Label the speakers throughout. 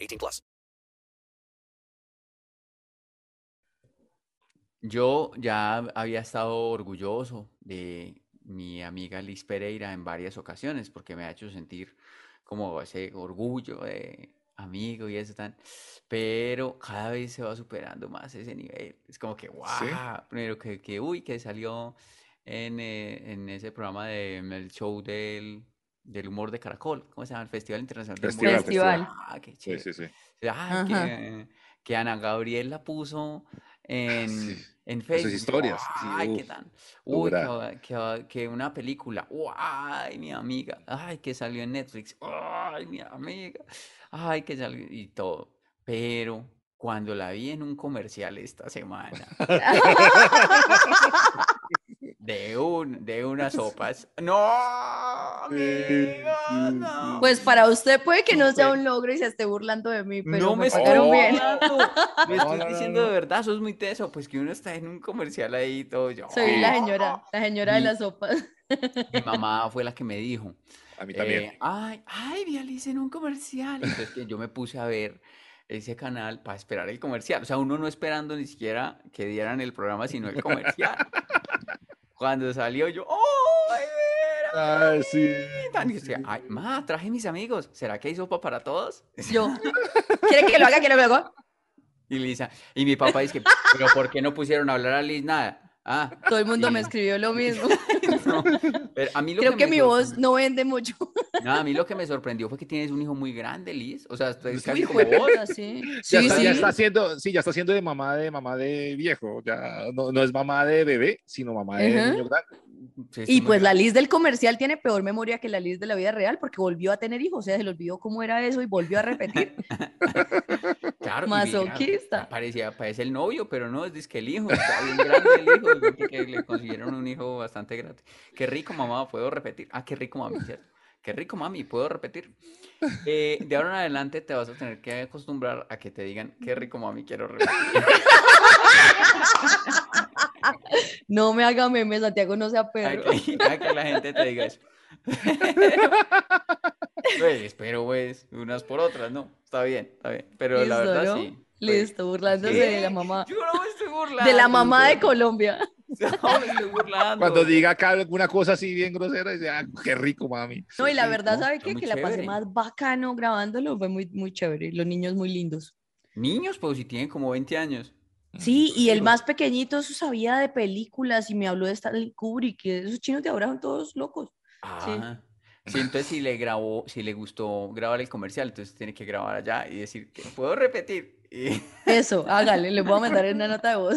Speaker 1: 18 plus.
Speaker 2: Yo ya había estado orgulloso de mi amiga Liz Pereira en varias ocasiones porque me ha hecho sentir como ese orgullo de amigo y eso tan, pero cada vez se va superando más ese nivel. Es como que, wow, primero que, que, uy, que salió en, eh, en ese programa de, en el show del, del humor de Caracol, ¿cómo se llama? El Festival Internacional del Humor.
Speaker 3: Festival, festival.
Speaker 2: Ah, qué
Speaker 3: Sí,
Speaker 2: chévere.
Speaker 3: sí, sí.
Speaker 2: Ah,
Speaker 4: Ajá.
Speaker 2: que, que Ana Gabriel la puso en,
Speaker 3: Ah, Sí.
Speaker 2: en
Speaker 3: sus
Speaker 2: Facebook.
Speaker 3: historias, sí,
Speaker 2: Ay, qué
Speaker 3: uf,
Speaker 2: tan. Uy, que,
Speaker 3: dura.
Speaker 2: va- que, va- que una película. Ay, mi amiga. Ay, que salió en Netflix. Ay, mi amiga. Ay, que salió. Y todo. Pero cuando la vi en un comercial esta semana, de, un, de unas sopas. ¡No!
Speaker 3: Sí,
Speaker 2: Amigos,
Speaker 3: sí,
Speaker 2: no.
Speaker 3: sí.
Speaker 4: Pues para usted puede que no sea
Speaker 2: Súper.
Speaker 4: un logro y se esté burlando de mí, pero
Speaker 2: no me estoy
Speaker 4: pagaron bien.
Speaker 2: burlando, Me
Speaker 3: No,
Speaker 2: estás
Speaker 3: no, no,
Speaker 2: diciendo de
Speaker 3: no.
Speaker 2: verdad, sos muy teso. Pues que uno está en un comercial ahí y todo. Yo,
Speaker 4: Soy
Speaker 3: Sí.
Speaker 4: la señora, la señora de
Speaker 2: Mi-
Speaker 4: las sopas.
Speaker 2: Mi mamá fue la que me dijo.
Speaker 3: A mí
Speaker 2: eh,
Speaker 3: también.
Speaker 2: ay, ay, vi a Liz en un comercial. Entonces que yo me puse a ver ese canal para esperar el comercial. O sea, uno no esperando ni siquiera que dieran el programa, sino el comercial. Cuando salió yo, ¡ay, mira!
Speaker 3: Ay, ah, sí.
Speaker 2: Tan- y yo decía, ay, ma, traje mis amigos. ¿Será que hay sopa para todos?
Speaker 4: Yo. ¿Quiere que lo haga? ¿Quiere que lo haga?
Speaker 2: Y Lisa, y mi papá dice, pero ¿por qué no pusieron a hablar a Liz nada? Ah,
Speaker 4: Todo el mundo me
Speaker 2: Sí.
Speaker 4: escribió lo mismo.
Speaker 2: no. Pero a mí lo
Speaker 4: Creo que
Speaker 2: me
Speaker 4: mi
Speaker 2: sor-
Speaker 4: voz no vende mucho.
Speaker 2: no, a mí lo que me sorprendió fue que tienes un hijo muy grande, Liz. O sea, es casi
Speaker 4: Uy,
Speaker 2: como vos.
Speaker 4: jueputa, sí.
Speaker 3: Ya,
Speaker 4: Sí,
Speaker 3: está,
Speaker 4: sí.
Speaker 3: ya está haciendo, sí, ya está haciendo de mamá de mamá de viejo, ya no, no es mamá de bebé, sino mamá de
Speaker 4: Ajá.
Speaker 3: niño grande.
Speaker 2: Sí, está
Speaker 4: Y
Speaker 2: muy
Speaker 4: pues la
Speaker 2: grande.
Speaker 4: Liz del comercial tiene peor memoria que la Liz de la vida real porque volvió a tener hijos, o sea, se le olvidó cómo era eso y volvió a repetir.
Speaker 2: Claro, y mira,
Speaker 4: Masoquista.
Speaker 2: parecía, parece el novio, pero no, es disque el hijo. Está bien grande el hijo. yo creo que le consiguieron un hijo bastante grande. Qué rico, mamá, puedo repetir. Ah, qué rico, mami, ¿cierto? Qué rico, mami, puedo repetir. Eh, de ahora en adelante te vas a tener que acostumbrar a que te digan, qué rico, mami, quiero repetir.
Speaker 4: No me haga meme, Santiago, no sea
Speaker 2: a
Speaker 4: perro.
Speaker 2: que, a que la gente te diga eso. Pues, pero pues, unas por otras, ¿no? Está bien, está bien. Pero la
Speaker 4: Listo,
Speaker 2: verdad
Speaker 4: ¿no?
Speaker 2: sí. pues,
Speaker 4: Listo, burlándose de la
Speaker 2: ¿qué?
Speaker 4: mamá.
Speaker 2: Yo no me estoy burlando.
Speaker 4: De la mamá de
Speaker 2: pero-
Speaker 4: Colombia.
Speaker 2: No me estoy burlando.
Speaker 3: Cuando diga acá alguna cosa así bien grosera, dice, ah, qué rico, mami.
Speaker 4: No, y la
Speaker 2: sí,
Speaker 4: verdad,
Speaker 2: no,
Speaker 4: ¿sabe
Speaker 2: está
Speaker 4: qué?
Speaker 2: muy
Speaker 4: Que la pasé
Speaker 2: chévere.
Speaker 4: más bacano grabándolo, fue muy, muy chévere. y Los niños muy lindos.
Speaker 2: Niños, pues si tienen como 20 años.
Speaker 4: Sí, y
Speaker 2: Mm,
Speaker 4: el
Speaker 2: Sí.
Speaker 4: más pequeñito eso sabía de películas y me habló de Stanley Kubrick. y Esos chinos de ahora son todos locos.
Speaker 2: Ah. Sí, entonces si le grabó, si le gustó grabar el comercial, entonces tiene que grabar allá y decir, "¿Qué? ¿puedo repetir? Y-
Speaker 4: Eso, hágale, les voy a mandar en una nota de voz.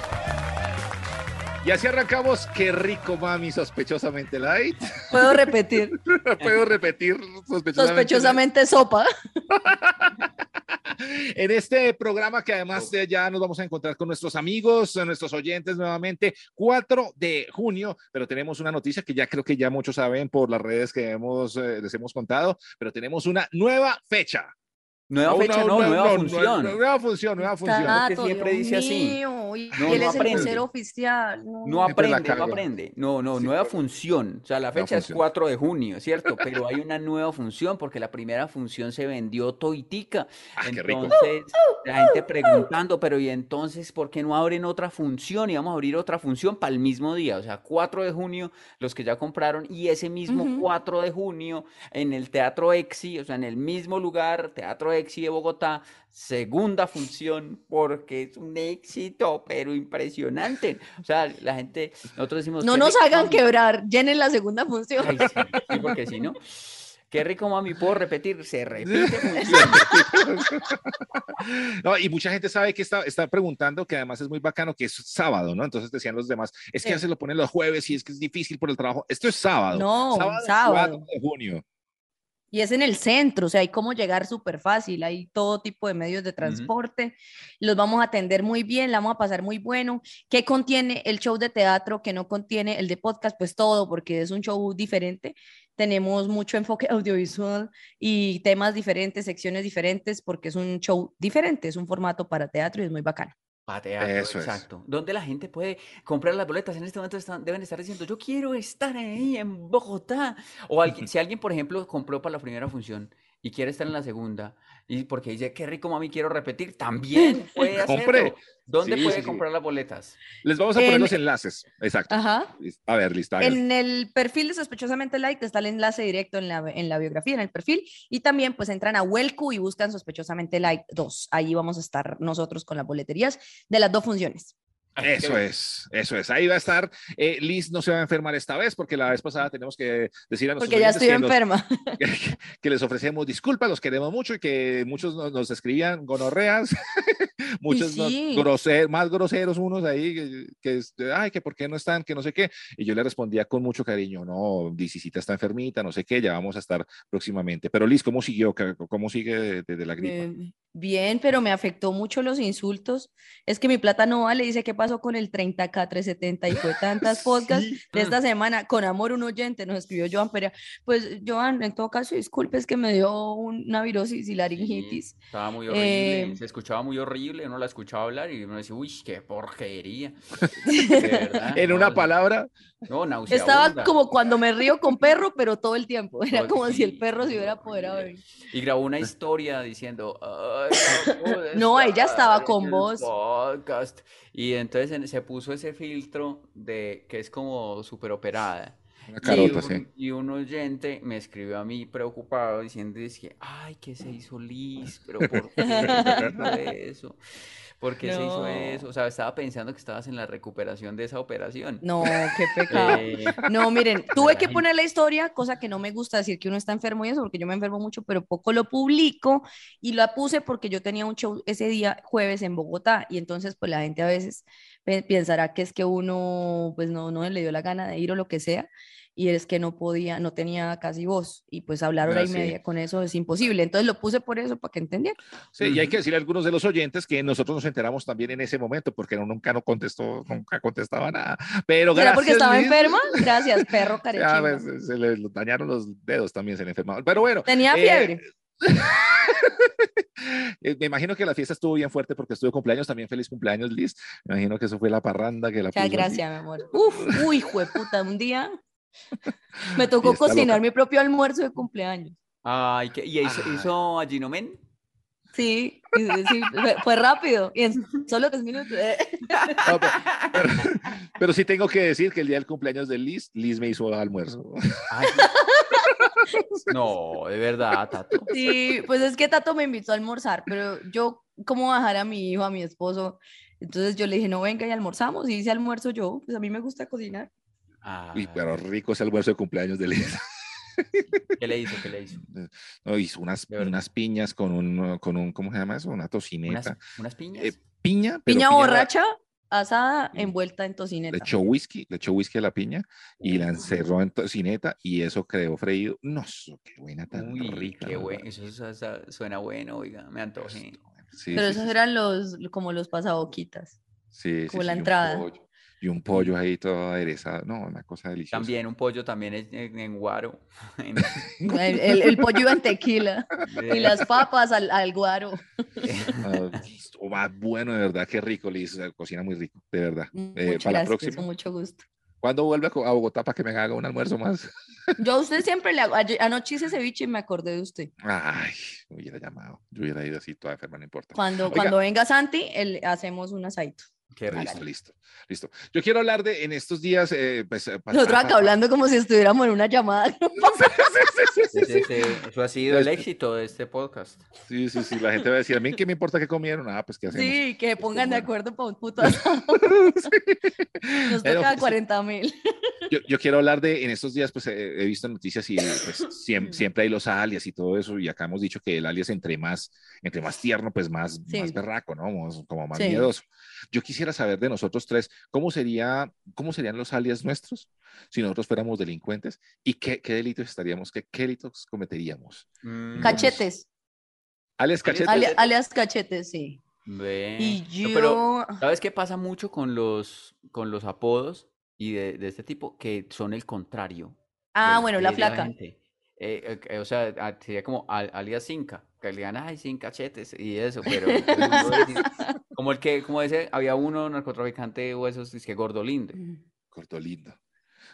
Speaker 3: Y así arrancamos, qué rico, mami, sospechosamente light.
Speaker 4: Puedo repetir.
Speaker 3: Puedo repetir sospechosamente.
Speaker 4: Sospechosamente sopa.
Speaker 3: En este programa que además eh, ya nos vamos a encontrar con nuestros amigos, eh, nuestros oyentes nuevamente, 4 de junio, pero tenemos una noticia que ya creo que ya muchos saben por las redes que hemos, eh, les hemos contado, pero tenemos una nueva fecha.
Speaker 2: Nueva
Speaker 3: Una-
Speaker 2: fecha, no,
Speaker 3: una-
Speaker 2: nueva
Speaker 3: no,
Speaker 2: función.
Speaker 3: Nueva, nueva función, nueva función.
Speaker 2: Está- que siempre dice así.
Speaker 4: Ah, mío, y
Speaker 2: No,
Speaker 4: él
Speaker 2: no
Speaker 4: es el
Speaker 2: aprende.
Speaker 4: vocero oficial. no.
Speaker 2: No
Speaker 3: Siempre la
Speaker 2: aprende, no
Speaker 3: cago.
Speaker 2: aprende. No, no,
Speaker 3: Sí,
Speaker 2: nueva
Speaker 3: claro.
Speaker 2: función. O sea, la
Speaker 3: Nueva
Speaker 2: fecha es
Speaker 3: función.
Speaker 2: 4 de junio, ¿cierto? Pero hay una nueva función porque la primera función se vendió toitica.
Speaker 3: Ah, qué rico.
Speaker 2: Entonces,
Speaker 4: Uh,
Speaker 2: la gente preguntando, pero ¿y entonces por qué no abren otra función? Y vamos a abrir otra función para el mismo día. O sea, 4 de junio, los que ya compraron, y ese mismo
Speaker 4: Ujú.
Speaker 2: 4 de junio en el Teatro Exi, o sea, en el mismo lugar, Teatro Sexy de Bogotá, segunda función, porque es un éxito, pero impresionante. O sea, la gente, nosotros decimos...
Speaker 4: No
Speaker 2: "Qué
Speaker 4: nos
Speaker 2: rico,
Speaker 4: hagan
Speaker 2: mami".
Speaker 4: quebrar, llenen la segunda función.
Speaker 2: Ay, sí, sí, porque si no... Qué rico, mami, puedo repetir. Se repite función.
Speaker 3: No, y mucha gente sabe que está, está preguntando, que además es muy bacano, que es sábado, ¿no? Entonces decían los demás, es que
Speaker 4: Sí.
Speaker 3: ya se lo ponen los jueves y es que es difícil por el trabajo. Esto es sábado.
Speaker 4: No, un
Speaker 3: sábado.
Speaker 4: sábado.
Speaker 3: 4 de junio.
Speaker 4: Y es en el centro, o sea, hay cómo llegar súper fácil, hay todo tipo de medios de transporte, los vamos a atender muy bien, la vamos a pasar muy bueno. ¿Qué contiene el show de teatro? ¿Qué no contiene el de podcast? Pues todo, porque es un show diferente. Tenemos mucho enfoque audiovisual y temas diferentes, secciones diferentes, porque es un show diferente, es un formato para teatro y es muy bacano.
Speaker 2: Pateando,
Speaker 3: Eso es.
Speaker 2: exacto. Donde la gente puede comprar las boletas. En este momento están- deben estar diciendo, yo quiero estar ahí en Bogotá. O alguien, si alguien, por ejemplo, compró para la primera función y quiere estar en la segunda, y porque dice, qué rico, mami, quiero repetir, también puede hacerlo.
Speaker 3: Compre.
Speaker 2: ¿Dónde
Speaker 3: Sí,
Speaker 2: puede
Speaker 3: sí, sí.
Speaker 2: comprar las boletas?
Speaker 3: Les vamos a poner
Speaker 4: En-
Speaker 3: los enlaces. Exacto.
Speaker 4: Ajá.
Speaker 3: A ver, lista. hágale.
Speaker 4: En el perfil de Sospechosamente Light está el enlace directo en la, en la biografía, en el perfil. Y también pues entran a Welcu y buscan Sospechosamente Light 2. Ahí vamos a estar nosotros con las boleterías de las dos funciones.
Speaker 2: Ay, qué
Speaker 3: Eso
Speaker 2: bueno.
Speaker 3: es, eso es. Ahí va a estar. Eh, Liz no se va a enfermar esta vez porque la vez pasada tenemos que decir a nuestros
Speaker 4: Porque ya
Speaker 3: oyentes
Speaker 4: estoy
Speaker 3: que los-
Speaker 4: enferma.
Speaker 3: que, que- que les ofrecemos disculpas, los queremos mucho y que muchos nos, nos escribían gonorreas, muchos nos-
Speaker 4: sí.
Speaker 3: groser- más groseros unos ahí, que, que es, ay, que por qué no están, que no sé qué. Y yo le respondía con mucho cariño, no, Lisicita está enfermita, no sé qué, ya vamos a estar próximamente. Pero Liz, ¿cómo siguió? ¿Qué- ¿Cómo sigue desde la gripa?
Speaker 4: Eh, Bien, pero me afectó mucho los insultos. Es que mi plata no vale. Dice, ¿qué pasó con el 30K, 370 y fue tantas podcasts de esta semana? Con amor, un oyente nos escribió Joan Perea. Pues, Joan, en todo caso, disculpe, es que me dio una virosis y
Speaker 2: Sí,
Speaker 4: laringitis.
Speaker 2: estaba muy horrible,
Speaker 4: Eh,
Speaker 2: se escuchaba muy horrible, uno la escuchaba hablar y uno decía, uy, qué porquería. De verdad,
Speaker 3: En
Speaker 2: no,
Speaker 3: una
Speaker 2: la-
Speaker 3: palabra,
Speaker 2: No,
Speaker 4: Estaba
Speaker 2: nauseabunda.
Speaker 4: como cuando me río con perro, pero todo el tiempo. Era
Speaker 2: Todo-
Speaker 4: como si el
Speaker 2: sí,
Speaker 4: perro se
Speaker 2: sí,
Speaker 4: hubiera
Speaker 2: horrible.
Speaker 4: apoderado de mí.
Speaker 2: Y grabó una historia diciendo, "Ay, no, puedo
Speaker 4: No, ella estaba
Speaker 2: estar
Speaker 4: con
Speaker 2: en el
Speaker 4: vos.
Speaker 2: podcast". Y entonces en- se puso ese filtro de que es como súper operada.
Speaker 3: una
Speaker 2: Y
Speaker 3: carota,
Speaker 2: un,
Speaker 3: sí.
Speaker 2: y un oyente me escribió a mí preocupado diciendo, es que, ay, ¿qué se hizo Liz? ¿Pero por qué se hizo eso? ¿Por qué se hizo
Speaker 4: No.
Speaker 2: eso? O sea, estaba pensando que estabas en la recuperación de esa operación.
Speaker 4: No, qué pecado.
Speaker 2: Eh,
Speaker 4: No, miren, tuve que
Speaker 2: Ay.
Speaker 4: poner la historia, cosa que no me gusta decir que uno está enfermo y eso, porque yo me enfermo mucho, pero poco lo publico y la puse porque yo tenía un show ese día jueves en Bogotá y entonces pues la gente a veces pe- pensará que es que uno pues no, no le dio la gana de ir o lo que sea y es que no podía, no tenía casi voz y pues hablar hora
Speaker 3: Ah,
Speaker 4: y
Speaker 3: sí.
Speaker 4: media con eso es imposible, entonces lo puse por eso, para que entendieran.
Speaker 3: Sí, y hay que decirle a algunos de los oyentes que nosotros nos enteramos también en ese momento porque no- nunca no contestó, nunca contestaba nada. Pero
Speaker 4: ¿Será porque
Speaker 3: gracias,
Speaker 4: estaba
Speaker 3: Liz.
Speaker 4: enferma? Gracias, perro
Speaker 3: Ya,
Speaker 4: carechimba.
Speaker 3: ves, se le dañaron los dedos también, se le enfermaron. Pero bueno,
Speaker 4: Tenía
Speaker 3: Eh,
Speaker 4: fiebre.
Speaker 3: eh, me imagino que la fiesta estuvo bien fuerte porque estuvo de cumpleaños, también feliz cumpleaños, Liz. Me imagino que eso fue la parranda que la
Speaker 4: Muchas
Speaker 3: puso así.
Speaker 4: gracias, mi amor. Uf, uy, jueputa, un día me tocó
Speaker 3: Fiesta
Speaker 4: cocinar
Speaker 3: loca.
Speaker 4: mi propio almuerzo de cumpleaños.
Speaker 2: ay, ¿qué- ¿y hizo,
Speaker 4: Ah.
Speaker 3: Ay.
Speaker 2: hizo a Ginomen?
Speaker 4: Sí, y- y- sí, fue, fue rápido y en solo tres minutos. eh.
Speaker 3: No, pero, pero- pero sí tengo que decir que el día del cumpleaños de Liz, Liz me hizo almuerzo.
Speaker 2: Ay, no, de verdad, Tato.
Speaker 4: Sí, pues es que Tato me invitó a almorzar, pero yo, ¿cómo bajar a mi hijo, a mi esposo? Entonces yo le dije, no, venga y almorzamos. Y hice almuerzo yo, pues a mí me gusta cocinar.
Speaker 3: Uy,
Speaker 2: Ay,
Speaker 3: pero rico ese almuerzo de cumpleaños de Liz.
Speaker 2: ¿Qué le hizo? ¿Qué le hizo?
Speaker 3: No, hizo unas,
Speaker 2: De verdad.
Speaker 3: unas piñas con un, con un, ¿cómo se llama eso? Una
Speaker 2: ¿Unas,
Speaker 3: tocineta.
Speaker 2: unas piñas?
Speaker 3: Eh, piña, pero
Speaker 4: Piña
Speaker 3: ra-
Speaker 4: borracha, asada,
Speaker 3: Mm.
Speaker 4: envuelta en
Speaker 3: Le
Speaker 4: tocineta.
Speaker 3: echó whisky, le echó whisky a la piña y la encerró en tocineta y eso creó freído. No, eso, qué buena tan
Speaker 2: Uy,
Speaker 3: rica.
Speaker 2: qué
Speaker 3: la
Speaker 2: bueno.
Speaker 3: verdad.
Speaker 2: Eso, su- su- suena bueno, oiga, me antojé.
Speaker 3: Sí,
Speaker 4: Pero
Speaker 3: sí,
Speaker 4: esos
Speaker 3: sí,
Speaker 4: eran los, como los pasaboquitas.
Speaker 3: sí, sí,
Speaker 4: como
Speaker 3: sí,
Speaker 4: la
Speaker 3: y un
Speaker 4: entrada.
Speaker 3: pollo- y un pollo ahí todo aderezado. No, una cosa deliciosa.
Speaker 2: También un pollo también en, en- en guaro. En-
Speaker 4: El, el- el pollo iba en tequila y
Speaker 2: eh,
Speaker 4: las papas al, al guaro.
Speaker 3: Ah, estuvo más bueno, de verdad, qué rico, Liz. eh, Cocina muy rico, de verdad. Eh,
Speaker 4: Mm, Muchas
Speaker 3: para la
Speaker 4: gracias, con
Speaker 3: próxima.
Speaker 4: mucho gusto.
Speaker 3: ¿Cuándo vuelve a Co- a Bogotá para que me haga un almuerzo más?
Speaker 4: Yo a usted siempre le hago, ayer- anoche hice ceviche y me acordé de usted.
Speaker 3: Ay, me hubiera llamado. Yo hubiera ido así toda enferma, no importa.
Speaker 4: Cuando,
Speaker 3: Oiga.
Speaker 4: cuando venga Santi, el- hacemos un asadito.
Speaker 2: Qué risa.
Speaker 3: Listo, listo, listo. Yo quiero hablar de en estos días, eh, pues, eh, pa-
Speaker 4: Nosotros
Speaker 3: pa-
Speaker 4: acá
Speaker 3: pa-
Speaker 4: hablando como si estuviéramos en una llamada.
Speaker 3: Sí, sí, sí,
Speaker 2: Ese- ese- Pues este, eso ha sido el éxito de este podcast.
Speaker 3: sí, sí, sí, la gente va a decir, a mí qué me importa qué comieron, ah, pues qué hacemos.
Speaker 4: Sí, que pongan de
Speaker 3: bueno.
Speaker 4: acuerdo para un puto asado. Nos
Speaker 3: Pero,
Speaker 4: toca
Speaker 3: pues,
Speaker 4: 40 mil.
Speaker 3: Yo, yo quiero hablar de, en estos días, pues eh, he visto noticias y pues, siem- siempre hay los alias y todo eso, y acá hemos dicho que el alias entre más, entre más tierno, pues más,
Speaker 4: Sí.
Speaker 3: más berraco, ¿no? Más- como más
Speaker 4: Sí.
Speaker 3: miedoso. Yo quisiera saber de nosotros tres, ¿cómo, sería, ¿cómo serían los alias nuestros si nosotros fuéramos delincuentes? ¿Y qué, qué delitos estaríamos, qué, qué delitos cometeríamos?
Speaker 2: Mm,
Speaker 4: Cachetes,
Speaker 3: Alias
Speaker 2: Alias-
Speaker 3: cachete.
Speaker 4: ali- alias cachetes, sí.
Speaker 2: ve.
Speaker 4: Y
Speaker 2: No,
Speaker 4: yo,
Speaker 2: pero, ¿Sabes qué pasa mucho con los, con los apodos y de, de este tipo? Que son el contrario.
Speaker 3: pues,
Speaker 4: ah,
Speaker 2: del
Speaker 4: bueno,
Speaker 2: que
Speaker 4: la
Speaker 2: es
Speaker 4: flaca.
Speaker 2: gente. Eh, eh, eh, o sea, a- sería como al- alias Inca, que le dan, ay, sin cachetes y eso, pero todo el mundo dice- como el que, como dice, había uno narcotraficante o esos, es que gordo lindo.
Speaker 3: Corto lindo.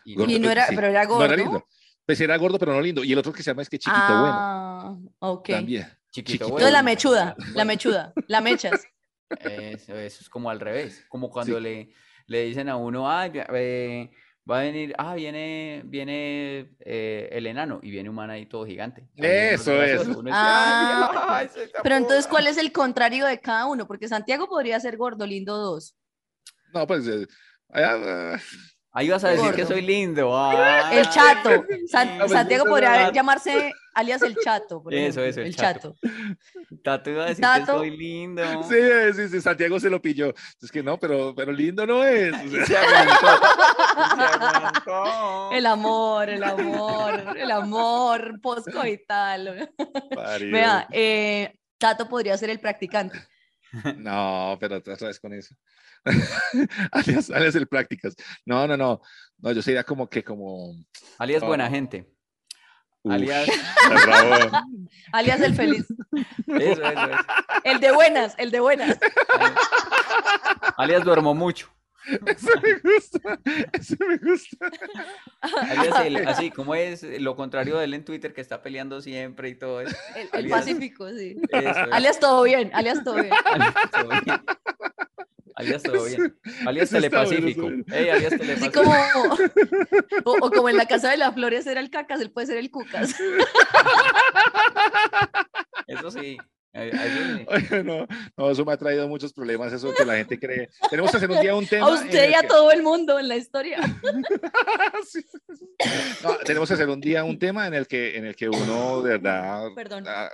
Speaker 2: y-
Speaker 3: Gordo,
Speaker 4: Y no era- pero era
Speaker 3: No era
Speaker 4: gordo.
Speaker 3: lindo. Pues era gordo, pero no lindo. Y el otro que se llama es que chiquito bueno.
Speaker 4: ah, ok.
Speaker 3: También.
Speaker 2: Chiquito,
Speaker 3: Chiquito.
Speaker 4: Entonces
Speaker 2: bueno.
Speaker 4: la mechuda, la
Speaker 2: Bueno,
Speaker 4: mechuda, la mechas.
Speaker 2: Eso, eso es como al revés, como cuando le, le dicen a uno, ay, vi- eh, va a venir, ah, viene, viene eh, el enano y viene humana y todo gigante. Ahí es más
Speaker 3: Eso,
Speaker 2: gracioso,
Speaker 3: eso.
Speaker 2: uno dice, "Ay,
Speaker 4: Ah,
Speaker 2: ay, se
Speaker 4: Pero entonces,
Speaker 2: tapó".
Speaker 4: ¿cuál es el contrario de cada uno? Porque Santiago podría ser gordo, lindo dos.
Speaker 3: No, pues. eh, ah, ah.
Speaker 2: Ahí vas a decir que
Speaker 4: Gordo.
Speaker 2: soy lindo. ay.
Speaker 4: El chato. San-
Speaker 2: Ah, pues,
Speaker 4: Santiago
Speaker 2: eso es
Speaker 4: podría
Speaker 2: verdad.
Speaker 4: llamarse alias el chato. por
Speaker 2: Eso,
Speaker 4: ejemplo,
Speaker 2: eso, el
Speaker 4: el
Speaker 2: chato.
Speaker 4: chato.
Speaker 2: Tato iba a decir que
Speaker 4: Tato.
Speaker 2: soy lindo.
Speaker 3: Sí, eh, sí, sí, Santiago se lo pilló. Es que no, pero, pero lindo no es. o sea,
Speaker 2: Se aguantó.
Speaker 4: El amor, el amor, el amor poscoital.
Speaker 3: parido.
Speaker 4: Vea, eh, Tato podría ser el practicante.
Speaker 3: No, pero otra vez con eso. alias, alias el prácticas. No, no, no. No, yo sería como que como.
Speaker 2: Alias buena
Speaker 3: Oh.
Speaker 2: gente.
Speaker 3: Ush,
Speaker 2: Alias.
Speaker 3: bravo.
Speaker 4: Alias el feliz.
Speaker 2: Eso, eso, eso.
Speaker 4: El de buenas, el de buenas.
Speaker 2: Alias duermo mucho.
Speaker 3: Eso me gusta. Eso me gusta.
Speaker 2: Alias el- así, como es lo contrario de él en Twitter que está peleando siempre y todo eso.
Speaker 4: El, el
Speaker 2: Alias-
Speaker 4: pacífico, sí.
Speaker 2: Eso, eso.
Speaker 4: Alias todo bien, alias todo bien.
Speaker 2: Alias todo bien. Alias todo bien. Alias
Speaker 3: eso está bueno,
Speaker 2: telepacífico.
Speaker 3: eso
Speaker 2: Ey, alias
Speaker 4: Así
Speaker 2: telepacífico.
Speaker 4: como, o, o como en la casa de las flores era el cacas, él puede ser el cucas.
Speaker 2: Eso sí. eh, Eso sí.
Speaker 3: Oye, no, no, eso me ha traído muchos problemas, eso que la gente cree. Tenemos que hacer un día un tema.
Speaker 4: A
Speaker 3: en
Speaker 4: usted
Speaker 3: el
Speaker 4: y a
Speaker 3: que-
Speaker 4: todo el mundo en la historia.
Speaker 3: Sí, sí, sí. No, Ah, tenemos que hacer un día un tema en el que, en el que uno de verdad
Speaker 4: Perdón.
Speaker 3: ah,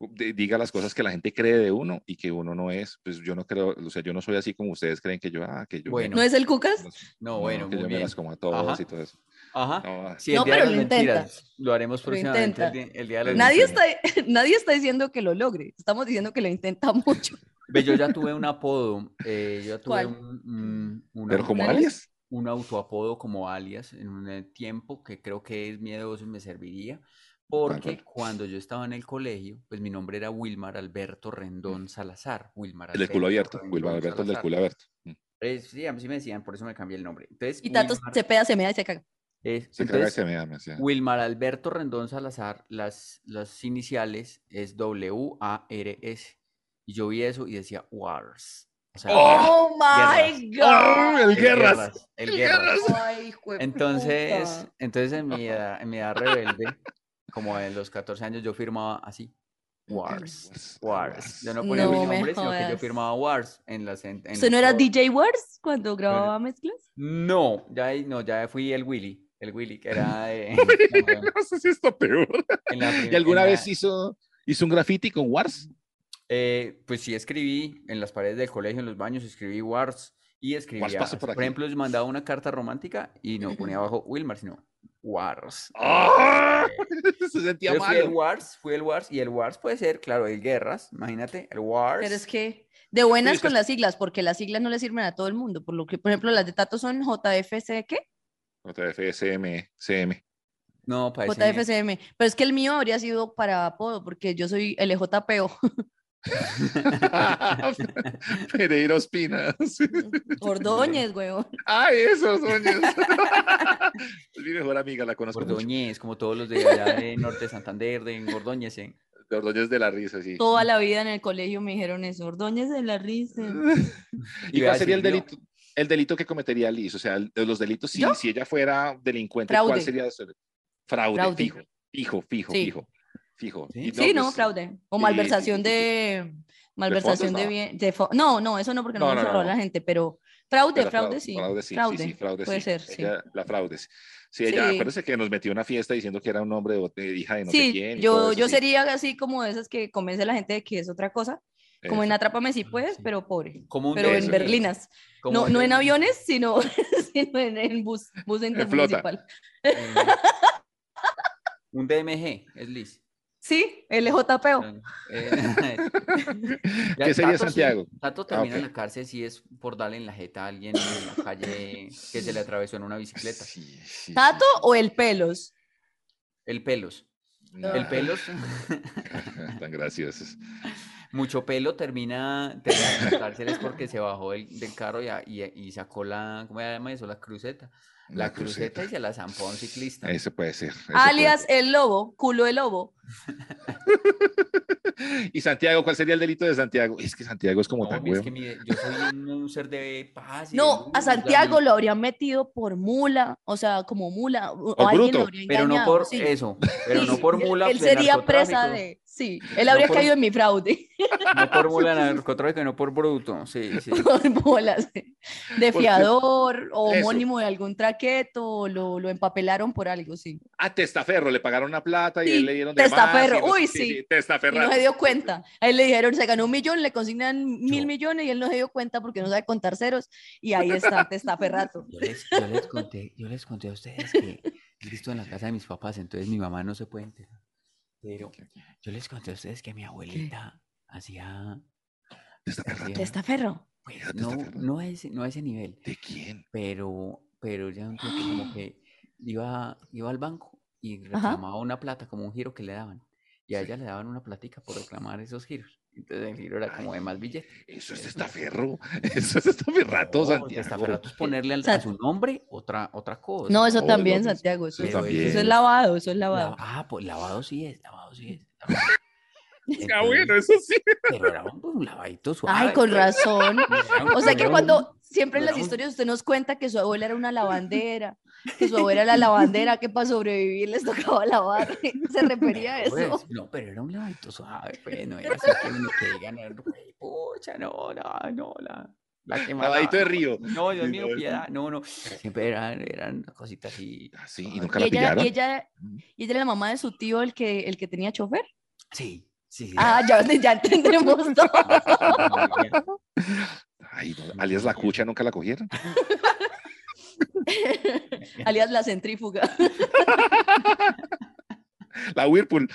Speaker 3: de- diga las cosas que la gente cree de uno y que uno no es. Pues yo no creo, o sea, yo no soy así como ustedes creen que yo, ah, que yo. me-
Speaker 2: Bueno.
Speaker 4: ¿No es el cucas?
Speaker 2: No, bueno,
Speaker 3: que
Speaker 2: muy
Speaker 3: yo me
Speaker 2: bien.
Speaker 3: las como a todas
Speaker 2: Ajá.
Speaker 3: y todo eso.
Speaker 2: Ajá.
Speaker 3: No, ah,
Speaker 2: Sí, el
Speaker 4: No,
Speaker 2: día de
Speaker 4: pero
Speaker 2: las
Speaker 4: lo intenta.
Speaker 2: mentiras. Lo haremos
Speaker 4: Lo
Speaker 2: próximamente. el
Speaker 4: intenta.
Speaker 2: día- El día de las
Speaker 4: Nadie
Speaker 2: mentiras.
Speaker 4: está, nadie está diciendo que lo logre. Estamos diciendo que lo intenta mucho.
Speaker 2: Ve, yo ya tuve un apodo. eh, yo ya tuve
Speaker 4: ¿Cuál?
Speaker 2: un, un- un
Speaker 3: Pero
Speaker 2: au-
Speaker 3: como
Speaker 4: ¿Planes?
Speaker 3: alias.
Speaker 2: un autoapodo como alias en un eh, tiempo que creo que es miedoso y me serviría. Porque
Speaker 3: cuál?
Speaker 2: cuando yo estaba en el colegio, pues mi nombre era Wilmar Alberto Rendón Salazar. Wilmar
Speaker 3: El del culo
Speaker 2: Alberto
Speaker 3: abierto. Wilma
Speaker 2: Rendón
Speaker 3: Alberto, el del
Speaker 2: Salazar.
Speaker 3: culo abierto. Mm,
Speaker 2: Pues, sí, a mí sí me decían, por eso me cambié el nombre. Entonces,
Speaker 4: Y Tato
Speaker 2: Wilmar
Speaker 4: se pega, se mea y se caga.
Speaker 2: es-
Speaker 3: Se caga y
Speaker 2: entonces,
Speaker 3: se me ama, o sea.
Speaker 2: Wilmar Alberto Rendón Salazar, las, las iniciales es W-A-R-S. Y yo vi eso y decía Wars. O sea,
Speaker 4: ¡Oh, my
Speaker 3: ¡Ah,
Speaker 4: God!
Speaker 3: el guerras.
Speaker 2: El
Speaker 3: el
Speaker 2: Guerras.
Speaker 3: Guerras.
Speaker 4: Ay, hijo de
Speaker 2: Entonces,
Speaker 4: puta.
Speaker 2: entonces en, mi edad, en mi edad rebelde, como en los 14 años, yo firmaba así. Wars. Wars. Yo no ponía mi
Speaker 4: No me
Speaker 2: nombre, sino que yo
Speaker 4: jodas.
Speaker 2: firmaba Wars en las... en- en
Speaker 4: ¿Usted
Speaker 2: los
Speaker 4: no era
Speaker 2: codos.
Speaker 4: DJ Wars cuando grababa mezclas?
Speaker 2: No, ya, ahí- no, ya fui el Willy. El Willy, que era de...
Speaker 3: No sé si esto peor.
Speaker 2: en la prim-
Speaker 3: ¿Y alguna
Speaker 2: en la-
Speaker 3: vez hizo, hizo un graffiti con Wars?
Speaker 2: Eh, pues sí escribí en las paredes del colegio, en los baños, escribí Wars y escribía,
Speaker 3: pasó por
Speaker 2: por,
Speaker 3: aquí.
Speaker 2: ejemplo, les mandaba una carta romántica y no ponía abajo Wilmar, sino Wars.
Speaker 3: ¡Ah! Se sentía
Speaker 2: Yo fui el
Speaker 3: malo.
Speaker 2: Wars, fui el Wars y el Wars puede ser, claro, el Guerras, imagínate, el Wars.
Speaker 4: Pero es que de buenas
Speaker 3: es que-
Speaker 4: con las siglas, porque las siglas no le sirven a todo el mundo. Por lo que, por ejemplo, las de Tato son JFC, ¿qué?
Speaker 3: JFCM, CM.
Speaker 2: No, parece
Speaker 4: JFCM. Pero es que el mío habría sido para apodo, porque yo soy LJPO.
Speaker 3: Pereira Ospina. sí.
Speaker 4: Ordóñez, huevón.
Speaker 3: Ay, esos sueños. es mi mejor amiga, la conozco. mucho.
Speaker 2: Gordoñez, como todos los de allá de Norte de Santander, de Gordoñez, en
Speaker 3: De Ordóñez de la risa, sí.
Speaker 4: Toda la vida en el colegio me dijeron eso, Ordóñez de la risa.
Speaker 3: ¿Y
Speaker 2: voy a
Speaker 3: cuál sería el
Speaker 2: decir, no,
Speaker 3: delito, el delito que cometería Liz? O sea, el- de los delitos, si,
Speaker 4: ¿Yo?
Speaker 3: si ella fuera delincuente, ¿cuál
Speaker 4: Fraude.
Speaker 3: sería? su- Fraude,
Speaker 4: Fraude.
Speaker 3: fijo, fijo, fijo,
Speaker 4: Sí.
Speaker 3: fijo. Fijo.
Speaker 2: Sí.
Speaker 3: Y
Speaker 4: Sí, no,
Speaker 3: pues,
Speaker 4: fraude. O
Speaker 3: sí,
Speaker 4: malversación
Speaker 3: sí, sí, sí.
Speaker 4: de. Malversación
Speaker 3: fondos,
Speaker 4: de
Speaker 3: no.
Speaker 4: bien. de fo- no, no, eso no, porque
Speaker 3: No,
Speaker 4: no, me
Speaker 3: no,
Speaker 4: han
Speaker 3: no,
Speaker 4: robado
Speaker 3: no.
Speaker 4: la gente, pero fraude,
Speaker 3: Pero
Speaker 4: fraude, sí.
Speaker 3: Fraude, sí, sí,
Speaker 4: fraude.
Speaker 3: sí, fraude,
Speaker 4: puede
Speaker 3: sí.
Speaker 4: ser, sí.
Speaker 3: Ella- la fraude, sí. Sí, ella,
Speaker 4: Sí.
Speaker 3: acuérdese que nos metió a una fiesta diciendo que era un hombre de, de hija de no sé
Speaker 4: Sí,
Speaker 3: quién. y todo
Speaker 4: yo,
Speaker 3: eso,
Speaker 4: yo
Speaker 3: sí.
Speaker 4: sería así como de esas que convence a la gente de que es otra cosa, como en
Speaker 3: Eso.
Speaker 4: Atrápame si puedes, pero pobre.
Speaker 2: Como un
Speaker 4: Pero en
Speaker 3: eso.
Speaker 2: delfín,
Speaker 4: berlinas.
Speaker 2: como
Speaker 4: No,
Speaker 2: un
Speaker 4: no en
Speaker 2: delfín.
Speaker 4: aviones, sino, sino en, en bus, bus intermunicipal.
Speaker 2: Un DMG, es Liz.
Speaker 4: Sí, LJPO.
Speaker 2: Eh,
Speaker 3: ¿Qué
Speaker 2: Ya, Tato
Speaker 3: sería
Speaker 2: sí-
Speaker 3: Santiago? Ah,
Speaker 2: Tato termina en
Speaker 3: ok.
Speaker 2: la cárcel si es por darle en la jeta a alguien en la calle que se le atravesó en una bicicleta.
Speaker 3: Sí, sí, sí.
Speaker 4: ¿Tato o el pelos?
Speaker 2: El pelos.
Speaker 3: Nah,
Speaker 2: El pelos,
Speaker 3: Tan graciosos.
Speaker 2: mucho pelo, termina, termina en la cárcel es porque se bajó del, del carro y, a- y- y sacó la, ¿cómo se llama eso? La cruceta. La,
Speaker 3: La
Speaker 2: cruceta.
Speaker 3: cruceta.
Speaker 2: y se la zampó a un ciclista.
Speaker 3: Eso puede ser. eso puede
Speaker 4: Alias
Speaker 3: ser.
Speaker 4: el lobo, culo de lobo.
Speaker 3: Y Santiago, ¿cuál sería el delito de Santiago? Es que Santiago es como
Speaker 2: No,
Speaker 3: tan
Speaker 2: es
Speaker 3: huevo.
Speaker 2: que mire, yo soy un, un ser de paz. y de
Speaker 4: No, a
Speaker 2: luz,
Speaker 4: Santiago
Speaker 2: amigo,
Speaker 4: lo habrían metido por mula, o sea, como mula, o
Speaker 3: Por
Speaker 4: alguien
Speaker 3: bruto,
Speaker 4: lo habría
Speaker 2: Pero no
Speaker 4: engañado,
Speaker 2: por
Speaker 4: sí,
Speaker 2: eso, pero
Speaker 4: sí,
Speaker 2: no por
Speaker 4: él-
Speaker 2: mula.
Speaker 4: Él,
Speaker 2: de
Speaker 4: sería presa
Speaker 2: narcotráfico.
Speaker 4: de, sí, él habría
Speaker 2: por-
Speaker 4: caído en mi fraude
Speaker 2: No por bola de narcotráfico, no por bruto. Sí, sí.
Speaker 4: por bolas, de
Speaker 3: Porque-
Speaker 4: fiador o
Speaker 3: Eso.
Speaker 4: homónimo de algún traqueto, o lo, lo empapelaron por algo, sí.
Speaker 3: A Ah, Testaferro le pagaron una plata y
Speaker 4: Sí,
Speaker 3: él le dieron de
Speaker 4: Testaferro,
Speaker 3: más y no-
Speaker 4: uy, sí. Y
Speaker 3: Testaferrazo.
Speaker 4: no se dio cuenta. A él le dijeron, se ganó un millón, le consignan mil
Speaker 2: Yo-
Speaker 4: millones y él no se dio cuenta porque no sabe contar ceros y ahí está, te está ferrato.
Speaker 2: Yo les, yo les conté, yo les conté a ustedes que Cristo en la casa de mis papás, entonces mi mamá no se puede enterar. Pero yo les conté a ustedes que mi abuelita hacía.
Speaker 3: Testaferrazo.
Speaker 2: hacía-
Speaker 4: Te está ferro.
Speaker 2: pues,
Speaker 3: Mira, te
Speaker 2: no,
Speaker 3: está ferrando.
Speaker 2: no, a ese, no a ese nivel,
Speaker 3: ¿De quién?
Speaker 2: pero, pero ya un tiempo como que iba, iba al banco y
Speaker 4: Ajá.
Speaker 2: reclamaba una plata, como un giro que le daban. Y a ella le daban una platica por reclamar esos giros. Entonces el giro era como de más billetes.
Speaker 3: Eso es Testaferro. Eso es Testaferrato,
Speaker 2: No,
Speaker 3: Santiago.
Speaker 2: testaferratos ponerle al-
Speaker 4: Sa-
Speaker 2: a su nombre otra, otra cosa.
Speaker 4: No, eso
Speaker 3: No,
Speaker 4: también,
Speaker 3: Oh, no,
Speaker 4: Santiago, eso,
Speaker 3: eso
Speaker 4: eso
Speaker 3: también.
Speaker 4: es lavado, eso es
Speaker 2: Lava-
Speaker 4: lavado.
Speaker 2: ah, pues lavado sí es, lavado sí es. lavado.
Speaker 3: Ah,
Speaker 2: Entonces,
Speaker 3: bueno, eso sí.
Speaker 2: Pero era un, un lavadito suave. pues.
Speaker 4: Ay, con razón.
Speaker 2: Era un-
Speaker 4: O sea que
Speaker 2: era un-
Speaker 4: cuando siempre en
Speaker 2: era
Speaker 4: las
Speaker 2: un-
Speaker 4: historias usted nos cuenta que su abuela era una lavandera, que su abuela era la lavandera, que para sobrevivir les tocaba lavar, se refería a
Speaker 2: No, pues,
Speaker 4: eso.
Speaker 2: no, pero era un lavadito suave, pues, no era así que uno que digan, "Ay, pucha, no, la, no, la, la que más
Speaker 3: Lavadito de
Speaker 2: lava".
Speaker 3: río.
Speaker 2: No, Dios
Speaker 3: Sí,
Speaker 2: mío,
Speaker 3: no,
Speaker 2: piedad, no, no. Siempre eran, eran cositas así.
Speaker 3: Ah, sí, y
Speaker 2: Ay,
Speaker 3: nunca
Speaker 4: Y
Speaker 3: la
Speaker 4: ella,
Speaker 3: pillaron.
Speaker 4: y ella,
Speaker 2: Mm.
Speaker 4: y ella era la mamá de su tío, el que, el que tenía chofer.
Speaker 2: Sí, sí. sí.
Speaker 4: Ah, ya, ya entendemos todo.
Speaker 3: Ay, no, alias la cucha, nunca la cogieron.
Speaker 4: Alias la centrífuga.
Speaker 3: La Whirlpool.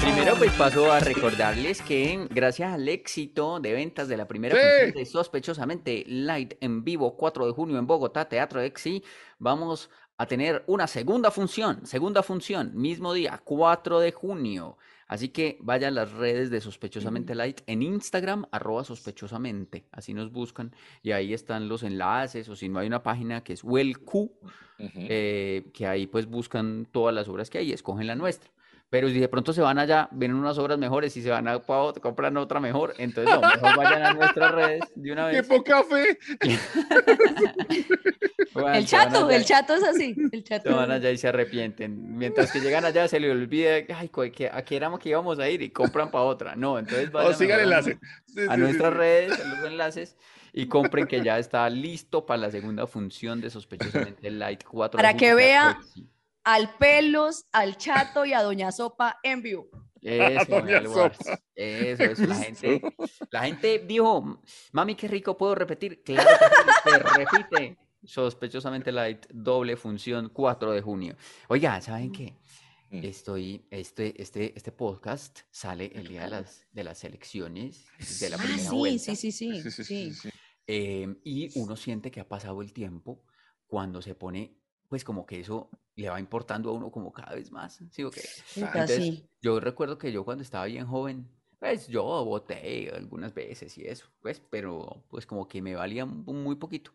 Speaker 2: Primero, pues paso a recordarles que gracias al éxito de ventas de la primera
Speaker 3: Sí.
Speaker 2: función de Sospechosamente Light en vivo 4 de junio en Bogotá, Teatro Exi, vamos a tener una segunda función, segunda función, mismo día, 4 de junio. Así que vaya a las redes de Sospechosamente Light en Instagram, arroba sospechosamente, así nos buscan y ahí están los enlaces o si no hay una página que es WellQ, eh, que ahí pues buscan todas las obras que hay y escogen la nuestra. Pero si de pronto se van allá, ven unas obras mejores y se van a pa' otra, compran otra mejor, entonces no, mejor vayan a nuestras redes de una
Speaker 3: ¡Qué
Speaker 2: vez.
Speaker 3: poca fe!
Speaker 2: Bueno,
Speaker 4: El
Speaker 2: se van
Speaker 4: chato,
Speaker 2: allá-
Speaker 4: el chato es así. El
Speaker 2: Se
Speaker 4: chato.
Speaker 2: van
Speaker 4: es así.
Speaker 2: allá y se arrepienten. Mientras que llegan allá se les olvida, ay, co- que- a qué éramos que íbamos a ir y compran para otra. No, entonces vayan
Speaker 3: O siga el
Speaker 2: mejor a-
Speaker 3: enlace. Sí, sí,
Speaker 2: a
Speaker 3: sí,
Speaker 2: nuestras
Speaker 3: sí.
Speaker 2: redes, a los enlaces, y compren que ya está listo para la segunda función de Sospechosamente Light 4. de
Speaker 4: Para que
Speaker 2: junio,
Speaker 4: vea-
Speaker 2: Teatro Exi.
Speaker 4: Al pelos, al chato y a Doña Sopa en vivo.
Speaker 2: Eso,
Speaker 3: Doña
Speaker 2: Manuel Guars.
Speaker 3: Sopa.
Speaker 2: Eso, eso. La
Speaker 3: Eso.
Speaker 2: gente, la gente dijo, mami, qué rico, ¿puedo repetir? Claro que sí, se repite. Sospechosamente light, doble función, 4 de junio. Oiga, ¿saben qué?
Speaker 3: Mm.
Speaker 2: Estoy, este, este, este podcast sale el día de las, de las elecciones, de la
Speaker 4: Ah,
Speaker 2: primera
Speaker 4: sí,
Speaker 2: vuelta.
Speaker 4: sí, sí,
Speaker 3: Sí,
Speaker 4: sí,
Speaker 3: sí, sí,
Speaker 4: sí.
Speaker 3: sí, sí.
Speaker 2: Em, y uno siente que ha pasado el tiempo cuando se pone, pues como que eso le va importando a uno como cada vez más. ¿Sí o qué?
Speaker 4: Puta,
Speaker 3: Entonces,
Speaker 4: sí.
Speaker 2: Yo recuerdo que yo cuando estaba bien joven, Pues yo voté algunas veces y eso, pues, pero pues como que me valía mu- muy poquito.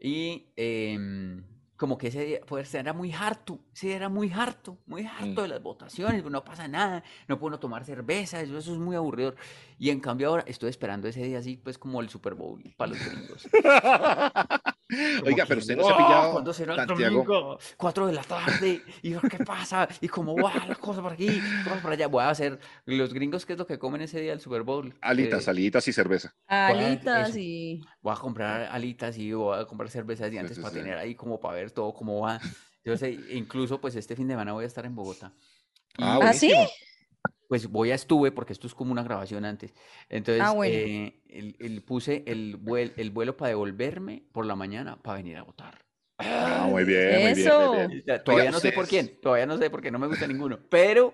Speaker 2: Y em, como que ese día, pues era muy harto, sí, era muy harto, muy harto de las votaciones, no pasa nada, no puedo tomar cerveza, eso, eso es muy aburrido. Y en cambio ahora estoy esperando ese día así, pues como el Super Bowl para los gringos. Como
Speaker 3: Oiga, pero
Speaker 2: que,
Speaker 3: usted no se ha
Speaker 2: "Wow,
Speaker 3: pillado,
Speaker 2: ¿Cuándo Oh, será el
Speaker 3: Santiago.
Speaker 2: domingo? Cuatro de la tarde. ¿Y ahora qué pasa? ¿Y cómo va las cosas por aquí? ¿Cómo por allá? Voy a hacer los gringos, ¿qué es lo que comen ese día del Super Bowl?
Speaker 3: Alitas,
Speaker 2: Eh,
Speaker 3: alitas y cerveza.
Speaker 4: Alitas
Speaker 2: eso.
Speaker 4: y.
Speaker 2: Voy a comprar alitas y voy a comprar cervezas de antes
Speaker 3: sí,
Speaker 2: para
Speaker 3: sí.
Speaker 2: tener ahí como para ver todo cómo va. Yo sé, incluso pues este fin de semana voy a estar en Bogotá.
Speaker 3: Ah,
Speaker 4: ¿Ah, sí?
Speaker 3: buenísimo.
Speaker 2: Pues voy a estuve, porque esto es como una grabación antes. Entonces,
Speaker 4: bueno.
Speaker 2: eh, el, el- puse el, vuel- el vuelo para devolverme por la mañana para venir a votar.
Speaker 3: Ah, muy bien, muy bien, muy bien.
Speaker 4: Eso.
Speaker 2: Ya, Todavía no sé por
Speaker 3: ustedes-
Speaker 2: quién, todavía no sé por qué no me gusta ninguno, pero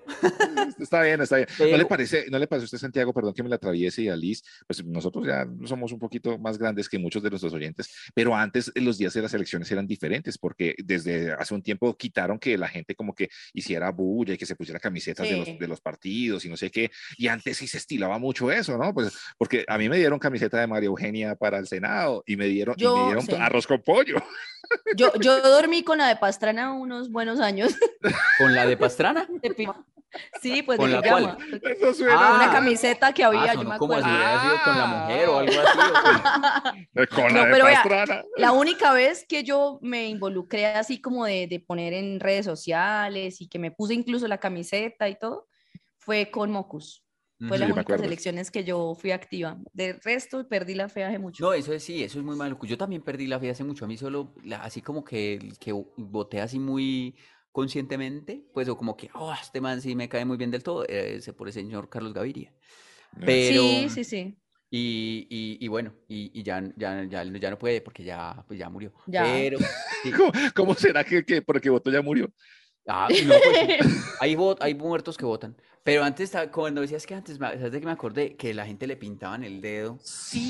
Speaker 3: Está bien, está bien. ¿No le
Speaker 2: Pero-
Speaker 3: parece, no le parece a usted, Santiago, perdón que me la atraviese y a Liz? Pues nosotros ya somos un poquito más grandes que muchos de nuestros oyentes, pero antes eh, los días de las elecciones eran diferentes porque desde hace un tiempo quitaron que la gente como que hiciera bulla y que se pusiera camisetas de,
Speaker 4: Sí.
Speaker 3: los, de los partidos y no sé qué. Y antes sí se estilaba mucho eso, ¿no? Pues porque a mí me dieron camiseta de María Eugenia para el Senado y me dieron, y me
Speaker 4: Yo,
Speaker 3: dieron
Speaker 4: sí.
Speaker 3: arroz con pollo.
Speaker 4: Yo, yo dormí con la de Pastrana unos buenos años.
Speaker 2: con la de Pastrana.
Speaker 4: de pijama. Sí, pues de
Speaker 2: ¿Con la
Speaker 4: pijama.
Speaker 3: Eso suena
Speaker 2: Ah,
Speaker 4: Una camiseta que había,
Speaker 2: Ah,
Speaker 4: yo me
Speaker 2: sonó como si
Speaker 4: acuerdo.
Speaker 2: hubiera sido con la mujer o algo así. ¿eh? o con-
Speaker 3: con
Speaker 4: no,
Speaker 3: la de
Speaker 4: pero vea,
Speaker 3: Pastrana.
Speaker 4: La única vez que yo me involucré así como de, de poner en redes sociales y que me puse incluso la camiseta y todo, fue con Mocus.
Speaker 2: Mm,
Speaker 4: Fue
Speaker 3: Sí,
Speaker 4: las
Speaker 3: me
Speaker 4: únicas
Speaker 3: acuerdo.
Speaker 4: elecciones que yo fui activa. De resto, perdí la fe hace mucho.
Speaker 2: No, eso es sí, eso es muy malo. Yo también perdí la fe hace mucho. A mí solo, la- así como que, que voté así muy conscientemente, pues o como que, oh, este man sí me cae muy bien del todo, eh, ese por el señor Carlos Gaviria. Pero,
Speaker 4: Sí, sí, sí.
Speaker 2: Y, y, y bueno, y, y ya, ya, ya, no- ya no puede porque ya, pues ya murió.
Speaker 4: Ya.
Speaker 2: Pero, sí.
Speaker 3: ¿Cómo, cómo será que, que porque votó ya murió?
Speaker 2: Ah, no, pues, hay, vo- hay muertos que votan. Pero antes, ah, cuando decías que antes, me- ¿sabes de que me acordé? Que la gente le pintaban el dedo.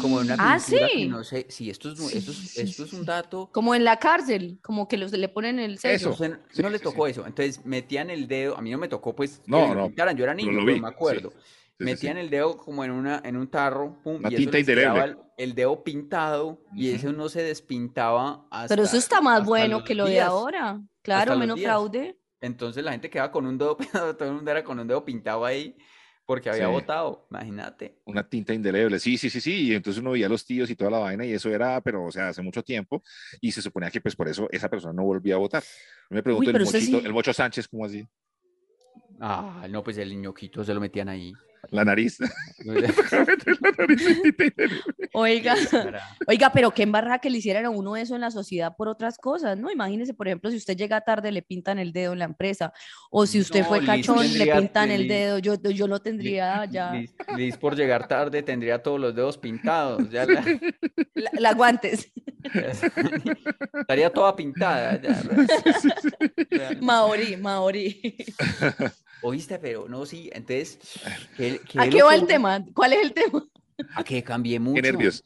Speaker 2: Como en una
Speaker 4: Ah,
Speaker 2: pintura que
Speaker 4: sí.
Speaker 2: no sé. Sí, esto es, nu-
Speaker 4: Sí,
Speaker 2: esto es,
Speaker 4: sí,
Speaker 2: esto
Speaker 4: sí,
Speaker 2: es un
Speaker 4: sí.
Speaker 2: dato.
Speaker 4: Como en la cárcel, como que los, le ponen el
Speaker 3: Eso.
Speaker 4: sello.
Speaker 2: o sea, no
Speaker 3: sí,
Speaker 2: le
Speaker 3: sí,
Speaker 2: tocó eso. Entonces metían el dedo. A mí no me tocó, pues, que
Speaker 3: No,
Speaker 2: me lo
Speaker 3: no,
Speaker 2: pintaran. Yo era
Speaker 3: lo-
Speaker 2: niño,
Speaker 3: lo
Speaker 2: pero
Speaker 3: vi,
Speaker 2: me
Speaker 3: sí,
Speaker 2: acuerdo.
Speaker 3: Sí, sí, sí.
Speaker 2: Metían el dedo como en, una, en un tarro, pum,
Speaker 3: Una
Speaker 2: y
Speaker 3: tinta
Speaker 2: eso les quedaba
Speaker 3: indeleble.
Speaker 2: el, el dedo pintado y eso no se despintaba hasta,
Speaker 4: Pero eso está más
Speaker 2: hasta
Speaker 4: bueno
Speaker 2: los
Speaker 4: que lo de
Speaker 2: días.
Speaker 4: ahora. Claro,
Speaker 2: los
Speaker 4: menos
Speaker 2: días.
Speaker 4: fraude.
Speaker 2: Entonces la gente quedaba con un dedo, pintado, todo el mundo era con un dedo pintado ahí porque había
Speaker 3: Sí.
Speaker 2: votado, imagínate.
Speaker 3: Una tinta indeleble, sí, sí, sí, sí. Y entonces uno veía a los tíos y toda la vaina, y eso era, pero, o sea, hace mucho tiempo, y se suponía que, pues, por eso esa persona no volvía a votar. Yo me pregunto, el,
Speaker 4: pero usted
Speaker 3: mochito,
Speaker 4: sí.
Speaker 3: el mocho Sánchez, ¿cómo así?
Speaker 2: Ah, no, pues el ñoquito se lo metían ahí.
Speaker 3: La nariz. la nariz en tinta indeleble.
Speaker 4: Oiga.
Speaker 2: Cara.
Speaker 4: Oiga, pero qué embarrada que le hicieran a uno eso en la sociedad por otras cosas, ¿no? Imagínese, por ejemplo, si usted llega tarde, le pintan el dedo en la empresa. O si usted
Speaker 2: No,
Speaker 4: fue
Speaker 2: Liz,
Speaker 4: cachón, le
Speaker 2: tendría-
Speaker 4: pintan el
Speaker 2: Liz.
Speaker 4: dedo. Yo, yo lo tendría ya.
Speaker 2: Liz, Liz por llegar tarde tendría todos los dedos pintados. ya la-
Speaker 4: La, la guantes.
Speaker 2: ya- estaría toda pintada. ya. Real.
Speaker 4: Maori, Maori.
Speaker 2: Oíste, pero no, sí. Entonces, ¿qué-
Speaker 4: ¿A qué
Speaker 2: locura?
Speaker 4: va el tema? ¿Cuál es el tema?
Speaker 2: A que cambié mucho.
Speaker 3: Qué nervios.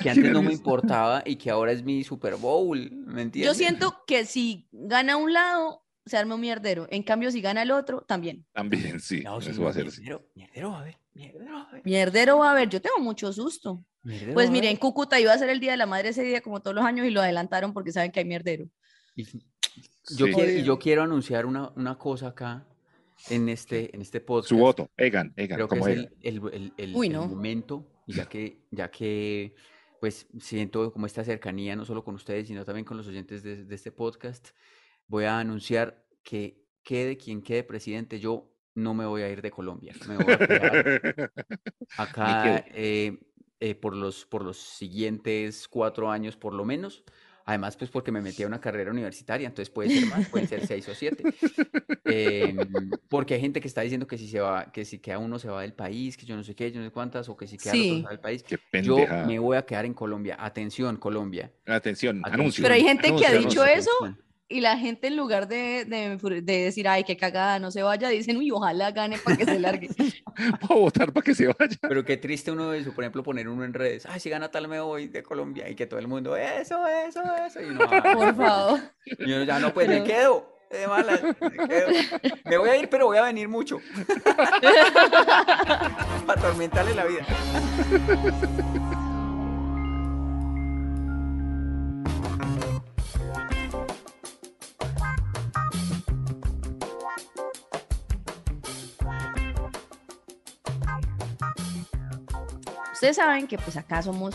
Speaker 2: Que antes no me
Speaker 3: nervios.
Speaker 2: importaba y que ahora es mi Super Bowl. ¿Me entiendes?
Speaker 4: Yo siento que si gana un lado, se arma un mierdero. En cambio, si gana el otro, también.
Speaker 3: También, sí.
Speaker 2: No, sí,
Speaker 3: eso
Speaker 2: no,
Speaker 3: va a ser así.
Speaker 2: mierdero, mierdero, a ver, mierdero, a ver,
Speaker 4: Mierdero va a haber. Yo tengo mucho susto.
Speaker 2: mierdero,
Speaker 4: Pues
Speaker 2: a
Speaker 4: mire, en
Speaker 2: ver.
Speaker 4: Cúcuta iba a ser el Día de la Madre ese día, como todos los años, y lo adelantaron porque saben que hay mierdero.
Speaker 2: Y- Yo,
Speaker 3: Sí.
Speaker 2: quiero, y yo quiero anunciar una, una cosa acá en este, en este podcast.
Speaker 3: Su voto, Egan, Egan,
Speaker 2: Creo que
Speaker 3: como
Speaker 2: es
Speaker 3: Egan.
Speaker 2: el, el- el- el-
Speaker 4: Uy,
Speaker 2: el
Speaker 4: no.
Speaker 2: momento, y ya que, ya que pues siento como esta cercanía, no solo con ustedes, sino también con los oyentes de, de este podcast, voy a anunciar que quede quien quede presidente, yo no me voy a ir de Colombia, me voy a quedar acá eh, eh, por los, por los siguientes cuatro años por lo menos. Además, pues porque me metí a una carrera universitaria, entonces puede ser más, pueden ser seis o siete. Em, porque hay gente que está diciendo que si se va, que si queda uno se va del país, que yo no sé qué, yo no sé cuántas, o que si queda el otro
Speaker 4: Sí.
Speaker 2: se va del país.
Speaker 3: Qué
Speaker 2: Yo
Speaker 3: pendeja.
Speaker 2: me voy a quedar en Colombia. Atención, Colombia.
Speaker 3: Atención,
Speaker 2: Atención.
Speaker 3: anuncio.
Speaker 4: Pero hay gente que ha
Speaker 3: anuncio,
Speaker 4: dicho
Speaker 3: anuncio.
Speaker 4: eso
Speaker 2: atención.
Speaker 4: y la gente en lugar de, de, enfure- de decir, ay, qué cagada, no se vaya, dicen, uy, ojalá gane para que se largue.
Speaker 3: Voy a votar para que se vaya.
Speaker 2: Pero qué triste uno de eso, por ejemplo, poner uno en redes. Ay, si gana tal me voy de Colombia. Y que todo el mundo, eso, eso, eso. Y uno, "Ay,
Speaker 4: Por favor.
Speaker 2: Y uno ya no, pues me
Speaker 4: Pero-
Speaker 2: quedo. Te de malas. Me voy a ir, pero voy a venir mucho. Para atormentarle la vida.
Speaker 4: Ustedes saben que pues acá somos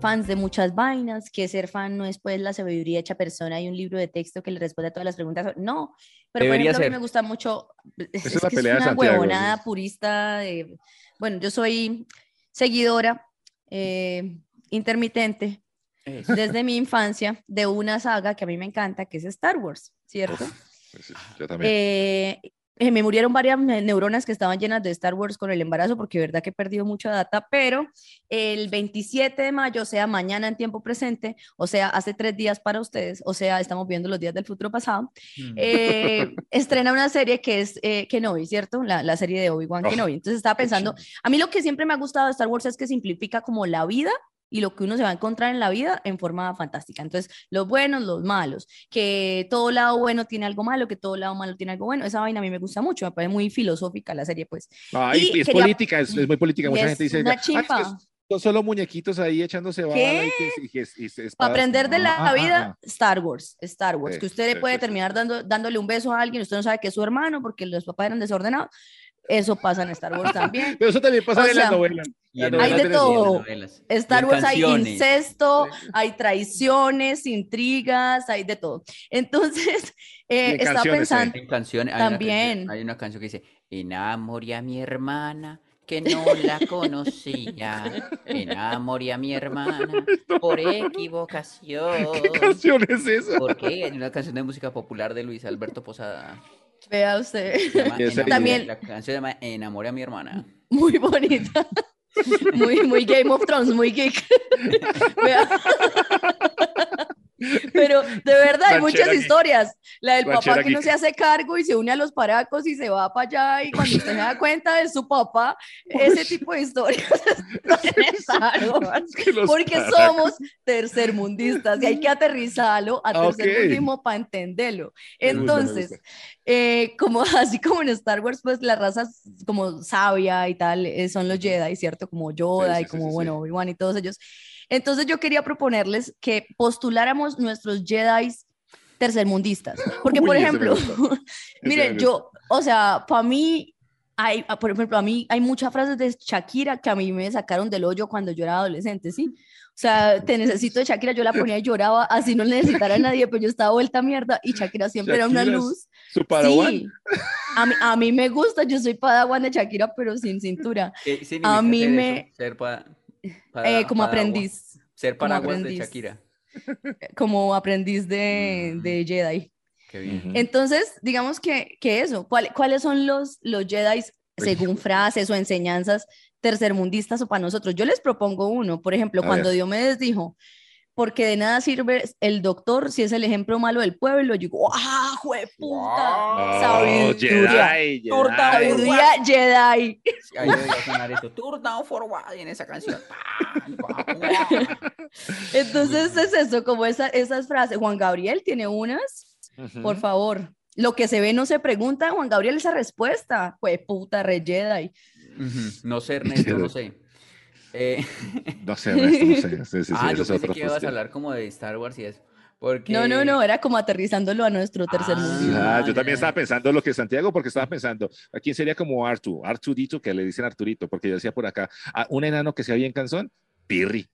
Speaker 4: fans de muchas vainas, que ser fan no es pues la sabiduría hecha persona y un libro de texto que le responde a todas las preguntas. No, pero
Speaker 2: Debería
Speaker 4: por ejemplo, a mí
Speaker 2: ser.
Speaker 4: me gusta mucho, es,
Speaker 3: es la
Speaker 4: que
Speaker 3: pelea de
Speaker 4: es una
Speaker 3: Santiago,
Speaker 4: huevonada
Speaker 3: ¿no?
Speaker 4: purista. de- bueno, yo soy seguidora eh, intermitente
Speaker 2: Eso.
Speaker 4: desde mi infancia de una saga que a mí me encanta, que es Star Wars, ¿cierto?
Speaker 3: Pues, Yo también.
Speaker 4: Eh, eh, me murieron varias ne- neuronas que estaban llenas de Star Wars con el embarazo, porque verdad que he perdido mucha data, pero el 27 de mayo, o sea, mañana en tiempo presente, o sea, hace tres días para ustedes, o sea, estamos viendo los días del futuro pasado,
Speaker 2: Hmm.
Speaker 4: eh, estrena una serie que es eh, Kenobi, ¿cierto? La, la serie de Obi-Wan
Speaker 3: Oh,
Speaker 4: Kenobi. Entonces estaba pensando, a mí lo que siempre me ha gustado de Star Wars es que simplifica como la vida y lo que uno se va a encontrar en la vida en forma fantástica. Entonces, los buenos, los malos, que todo lado bueno tiene algo malo, que todo lado malo tiene algo bueno. Esa vaina a mí me gusta mucho, me parece muy filosófica la serie, pues.
Speaker 3: Ay,
Speaker 4: y
Speaker 3: es
Speaker 4: quería-
Speaker 3: política, es, es muy política.
Speaker 4: Y
Speaker 3: Mucha
Speaker 4: es
Speaker 3: gente dice,
Speaker 4: una
Speaker 3: "Ay, es que
Speaker 4: chimpa".
Speaker 3: es- son solo muñequitos ahí echándose bala y que- y que- y que- espadas".
Speaker 4: Para aprender de la
Speaker 3: Ah, ah,
Speaker 4: vida,
Speaker 3: ah.
Speaker 4: Star Wars, Star Wars,
Speaker 3: Sí,
Speaker 4: que usted le
Speaker 3: sí,
Speaker 4: puede
Speaker 3: sí, sí.
Speaker 4: terminar dando, dándole un beso a alguien, usted no sabe que es su hermano porque los papás eran desordenados. Eso pasa en Star Wars también.
Speaker 3: Pero eso también pasa
Speaker 4: O
Speaker 3: en las
Speaker 4: sea,
Speaker 3: novelas.
Speaker 2: Y en
Speaker 3: Las novelas
Speaker 4: hay de
Speaker 3: tienen-
Speaker 2: y
Speaker 4: todo.
Speaker 2: en las novelas.
Speaker 4: Star
Speaker 2: Y en
Speaker 4: Wars hay
Speaker 2: canciones.
Speaker 4: incesto, hay traiciones, intrigas, hay de todo. Entonces, eh,
Speaker 3: Y en
Speaker 4: estaba
Speaker 3: canciones,
Speaker 4: pensando,
Speaker 2: Hay canciones. hay una canción-
Speaker 4: También.
Speaker 2: hay una canción que dice: Enamoré a mi hermana que no la conocía. Enamoré a mi hermana por equivocación.
Speaker 3: ¿Qué canción es esa?
Speaker 2: Porque hay una canción de música popular de Luis Alberto Posada.
Speaker 4: vea usted,
Speaker 2: se llama
Speaker 3: Y esa-
Speaker 2: Enamoré-
Speaker 4: También-
Speaker 2: La canción se llama Enamoré a mi hermana.
Speaker 4: muy bonita. Muy, muy Game of Thrones, muy geek. Vea. Pero de verdad
Speaker 3: Ranchera
Speaker 4: hay muchas
Speaker 3: geek.
Speaker 4: historias. La del papá
Speaker 3: Ranchera
Speaker 4: que no
Speaker 3: geek.
Speaker 4: se hace cargo y se une a los paracos y se va para allá y cuando usted se da cuenta de su papá, ese tipo de historias están en Star Wars.
Speaker 3: Es que los
Speaker 4: Porque
Speaker 3: para-
Speaker 4: somos tercermundistas y hay que aterrizarlo a
Speaker 3: Ah, ok.
Speaker 4: tercermundismo para entenderlo.
Speaker 3: Me gusta, me
Speaker 4: Entonces,
Speaker 3: gusta.
Speaker 4: eh, como así como en Star Wars, pues la raza s- como sabia y tal eh, son los Jedi, ¿cierto? Como Yoda
Speaker 3: Sí, sí,
Speaker 4: y
Speaker 3: sí,
Speaker 4: como,
Speaker 3: sí,
Speaker 4: bueno,
Speaker 3: sí.
Speaker 4: Obi-Wan y todos ellos. Entonces yo quería proponerles que postuláramos nuestros Jedi tercermundistas. Porque, por
Speaker 3: Uy, ese me
Speaker 4: ejemplo,
Speaker 3: gusta. Ese
Speaker 4: miren,
Speaker 3: me
Speaker 4: yo, o sea, para mí... Hay, ah, por ejemplo, a mí hay muchas frases de Shakira que a mí me sacaron del hoyo cuando yo era adolescente, ¿sí? O sea, te necesito de Shakira, yo la ponía y lloraba, así no necesitara a nadie, pero yo estaba vuelta a mierda y Shakira siempre era una
Speaker 3: Shakira es-
Speaker 4: luz.
Speaker 3: Su paraguas.
Speaker 4: Sí. A mí, a mí me gusta, yo soy padawan de Shakira, pero sin cintura,
Speaker 2: ¿Qué significa
Speaker 4: mí
Speaker 2: ser eso?
Speaker 4: me-
Speaker 2: Ser pa-
Speaker 4: Eh,
Speaker 2: para-
Speaker 4: como
Speaker 2: paraguas-
Speaker 4: aprendiz,
Speaker 2: Ser
Speaker 4: como
Speaker 2: paraguas de
Speaker 4: aprendiz.
Speaker 2: Shakira.
Speaker 4: como aprendiz de,
Speaker 2: Mm.
Speaker 4: de Jedi.
Speaker 2: Qué bien.
Speaker 4: Entonces, digamos que, que eso, ¿cuál- ¿cuáles son los, los Jedi según frases o enseñanzas tercermundistas o para nosotros? Yo les propongo uno, por ejemplo,
Speaker 3: A
Speaker 4: cuando
Speaker 3: ver.
Speaker 4: Diomedes dijo, porque de nada sirve el doctor si es el ejemplo malo del pueblo, yo digo, ¡ah, jueputa!
Speaker 3: Oh,
Speaker 4: Sabiduría.
Speaker 3: Jedi, Jedi.
Speaker 4: Sabiduría Jedi.
Speaker 2: Ahí debería sonar esto. Turn down for what en esa canción. Pa, pa, pa.
Speaker 4: Entonces es eso, como esa- esas frases. Juan Gabriel tiene unas,
Speaker 3: Ujú.
Speaker 4: por favor. Lo que se ve no se pregunta, Juan Gabriel, esa respuesta. Fue puta, re Jedi.
Speaker 2: Ujú, No sé, Ernesto, no sé. Eh,
Speaker 3: No sé, Ernesto, no sé. Sí, sí, sí,
Speaker 2: ah,
Speaker 3: esa
Speaker 2: yo
Speaker 3: es
Speaker 2: pensé
Speaker 3: otra
Speaker 2: que ibas a
Speaker 3: cuestión.
Speaker 2: hablar como de Star Wars y eso. Porque...
Speaker 4: No, no, no, era como aterrizándolo a nuestro tercer
Speaker 2: Ah.
Speaker 4: mundo.
Speaker 3: Ah, yo
Speaker 2: ya, ya.
Speaker 3: también estaba pensando lo que Santiago, porque estaba pensando, ¿a quién sería como Artu? Arturito, que le dicen Arturito, porque yo decía por acá, a un enano que sea bien canzón, Pirri.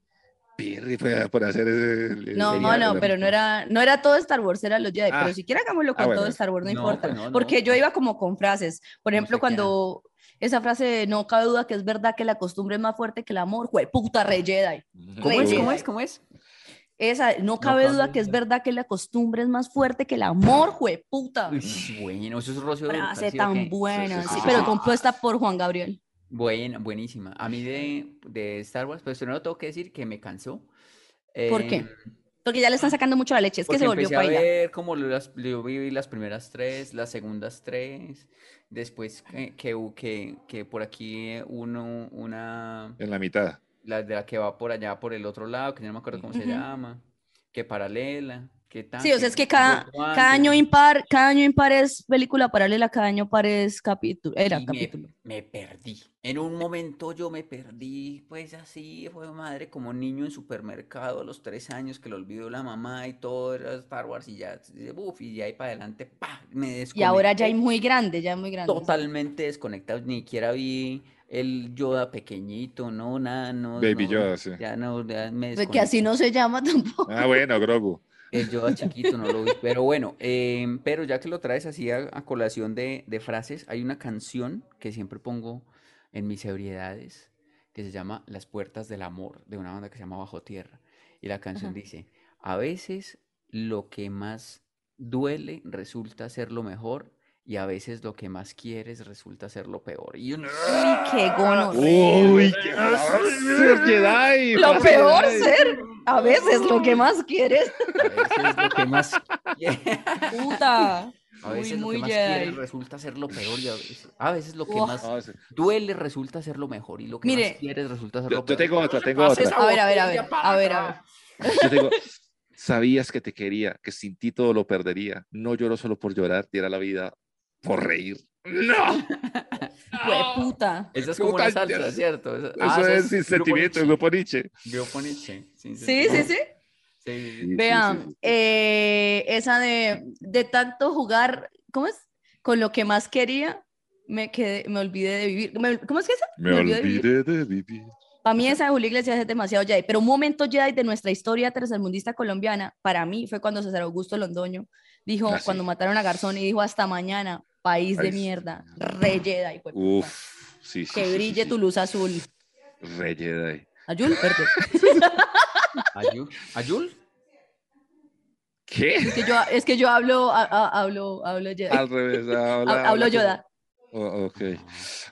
Speaker 3: Pirri por, por hacer ese. el-
Speaker 4: No,
Speaker 3: el-
Speaker 4: no,
Speaker 3: el-
Speaker 4: no,
Speaker 3: el-
Speaker 4: pero no era, no era todo Star Wars, era los Jedi.
Speaker 3: Ah.
Speaker 4: Pero si quiera hagámoslo con
Speaker 3: Ah, bueno.
Speaker 4: todo Star Wars, no,
Speaker 2: No,
Speaker 4: importa.
Speaker 2: pues no, no.
Speaker 4: Porque yo iba como con frases. Por
Speaker 2: No
Speaker 4: ejemplo,
Speaker 2: sé qué
Speaker 4: cuando esa frase de no cabe duda que es verdad que la costumbre es más fuerte que el amor, fue puta, re Jedi.
Speaker 2: ¿Cómo es?
Speaker 4: Re
Speaker 2: ¿Cómo
Speaker 4: Jedi.
Speaker 2: es? ¿Cómo es?
Speaker 4: Esa, no cabe
Speaker 2: cabe
Speaker 4: duda que es
Speaker 2: duda.
Speaker 4: verdad que la costumbre es más fuerte que el amor, jueputa.
Speaker 2: Uy, bueno, eso es Rocío Dúrcal,
Speaker 4: Frase
Speaker 2: ¿sí o
Speaker 4: tan
Speaker 2: qué?
Speaker 4: buena,
Speaker 3: sí,
Speaker 4: sí,
Speaker 3: sí,
Speaker 4: pero
Speaker 3: sí.
Speaker 4: compuesta por Juan Gabriel.
Speaker 2: Buena, buenísima. A mí de, de Star Wars, pues primero tengo que decir que me cansó.
Speaker 4: ¿Por qué?
Speaker 2: Em,
Speaker 4: Porque ya le están sacando mucha leche, es que
Speaker 2: porque
Speaker 4: se volvió
Speaker 2: empecé a
Speaker 4: paila.
Speaker 2: ver como las, yo vi las primeras tres, las segundas tres, después que, que, hu- que, que por aquí eh, uno, una,
Speaker 3: En la mitad.
Speaker 2: la de la que va por allá, por el otro lado, que no me acuerdo cómo se
Speaker 4: Ujú.
Speaker 2: llama, que paralela, ¿Qué tan-
Speaker 4: Sí, o sea, es
Speaker 2: qué-
Speaker 4: que cada,
Speaker 2: cuánto
Speaker 4: cada año
Speaker 2: antes?
Speaker 4: impar, cada año impar es película paralela, cada año par es capítulo, era
Speaker 2: Y me-
Speaker 4: capítulo.
Speaker 2: Me, perdí. En un momento yo me perdí, pues así, fue madre, como niño en supermercado a los tres años que lo olvidó la mamá y todo era Star Wars y ya, uf, y ya ahí para adelante, pa, me
Speaker 4: Y ahora ya
Speaker 2: desconecté.
Speaker 4: es muy grande, ya es muy grande.
Speaker 2: totalmente desconectado, ni siquiera vi el Yoda pequeñito, no, nada, no,
Speaker 3: Baby
Speaker 2: no,
Speaker 3: Yoda, sí.
Speaker 2: ya no, ya me
Speaker 4: Pues Que así
Speaker 2: desconecté.
Speaker 4: no se llama tampoco.
Speaker 3: Ah, bueno, Grogu.
Speaker 2: El Yoda Eh, chiquito no lo vi, pero bueno, em, pero ya que lo traes así a, a colación de, de frases, hay una canción que siempre pongo en mis ebriedades que se llama Las Puertas del Amor, de una banda que se llama Bajo Tierra. Y la canción
Speaker 4: Ajá.
Speaker 2: dice, a veces lo que más duele resulta ser lo mejor y a veces lo que más quieres resulta ser lo peor. Y uno-
Speaker 4: Uy, qué gonorrea.
Speaker 3: Uy, qué ser Jedi.
Speaker 4: Lo
Speaker 3: frase
Speaker 4: peor
Speaker 3: Jedi.
Speaker 4: ser, a veces lo que más quieres.
Speaker 2: a veces lo que más quieres.
Speaker 4: Puta.
Speaker 2: A
Speaker 4: Muy,
Speaker 2: veces lo que
Speaker 4: muy
Speaker 2: más quieres
Speaker 4: Jedi.
Speaker 2: resulta ser lo peor y a veces, a veces lo que
Speaker 4: Uf.
Speaker 2: más
Speaker 3: No, sí.
Speaker 2: duele resulta ser lo mejor y lo que
Speaker 4: Mire.
Speaker 2: más quieres resulta ser
Speaker 3: Yo,
Speaker 2: lo
Speaker 3: yo
Speaker 2: peor.
Speaker 3: tengo otra, tengo otra.
Speaker 4: A ver, a ver, a ver, a ver, a ver.
Speaker 3: Yo tengo, sabías que te quería, que sin ti todo lo perdería. No lloro solo por llorar, diera la vida por reír. ¡No!
Speaker 4: puta.
Speaker 2: Esa es como una
Speaker 3: Puta,
Speaker 2: salsa,
Speaker 3: Dios.
Speaker 2: ¿cierto? Esa- ah,
Speaker 3: Eso
Speaker 2: esa
Speaker 3: es sin
Speaker 2: Grupo
Speaker 3: sentimiento,
Speaker 2: Nietzsche.
Speaker 3: el grupo Nietzsche.
Speaker 2: Grupo Nietzsche, sin
Speaker 4: Sí, sí,
Speaker 2: sentimiento.
Speaker 4: sí.
Speaker 2: Sí, sí, sí.
Speaker 3: Sí, sí,
Speaker 4: Vean,
Speaker 3: sí.
Speaker 4: eh, esa de, de tanto jugar, ¿cómo es? Con lo que más quería, me quedé, me olvidé de vivir. Me- ¿Cómo es que esa?
Speaker 3: Me
Speaker 4: olvidé de vivir.
Speaker 3: olvidé de vivir.
Speaker 4: Para mí esa de Julio Iglesias es demasiado Jedi, pero un momento Jedi de nuestra historia tercermundista colombiana, para mí fue cuando César Augusto Londoño dijo,
Speaker 3: Ah, sí.
Speaker 4: cuando mataron a Garzón y dijo hasta mañana, país de
Speaker 3: País.
Speaker 4: mierda, re Jedi, hijo de puta.
Speaker 3: Uf, sí, sí.
Speaker 4: que
Speaker 3: sí, sí,
Speaker 4: brille
Speaker 3: sí.
Speaker 4: tu luz azul.
Speaker 3: Re Jedi.
Speaker 4: Ayul, perdón.
Speaker 2: Ayul, Ayul,
Speaker 3: ¿Qué?
Speaker 4: Es que yo, es que yo hablo, a- a- hablo, hablo Jedi.
Speaker 3: Al revés. ah, Habla,
Speaker 4: Hab- hablo
Speaker 3: habla como-
Speaker 4: Yoda.
Speaker 3: Oh, ok.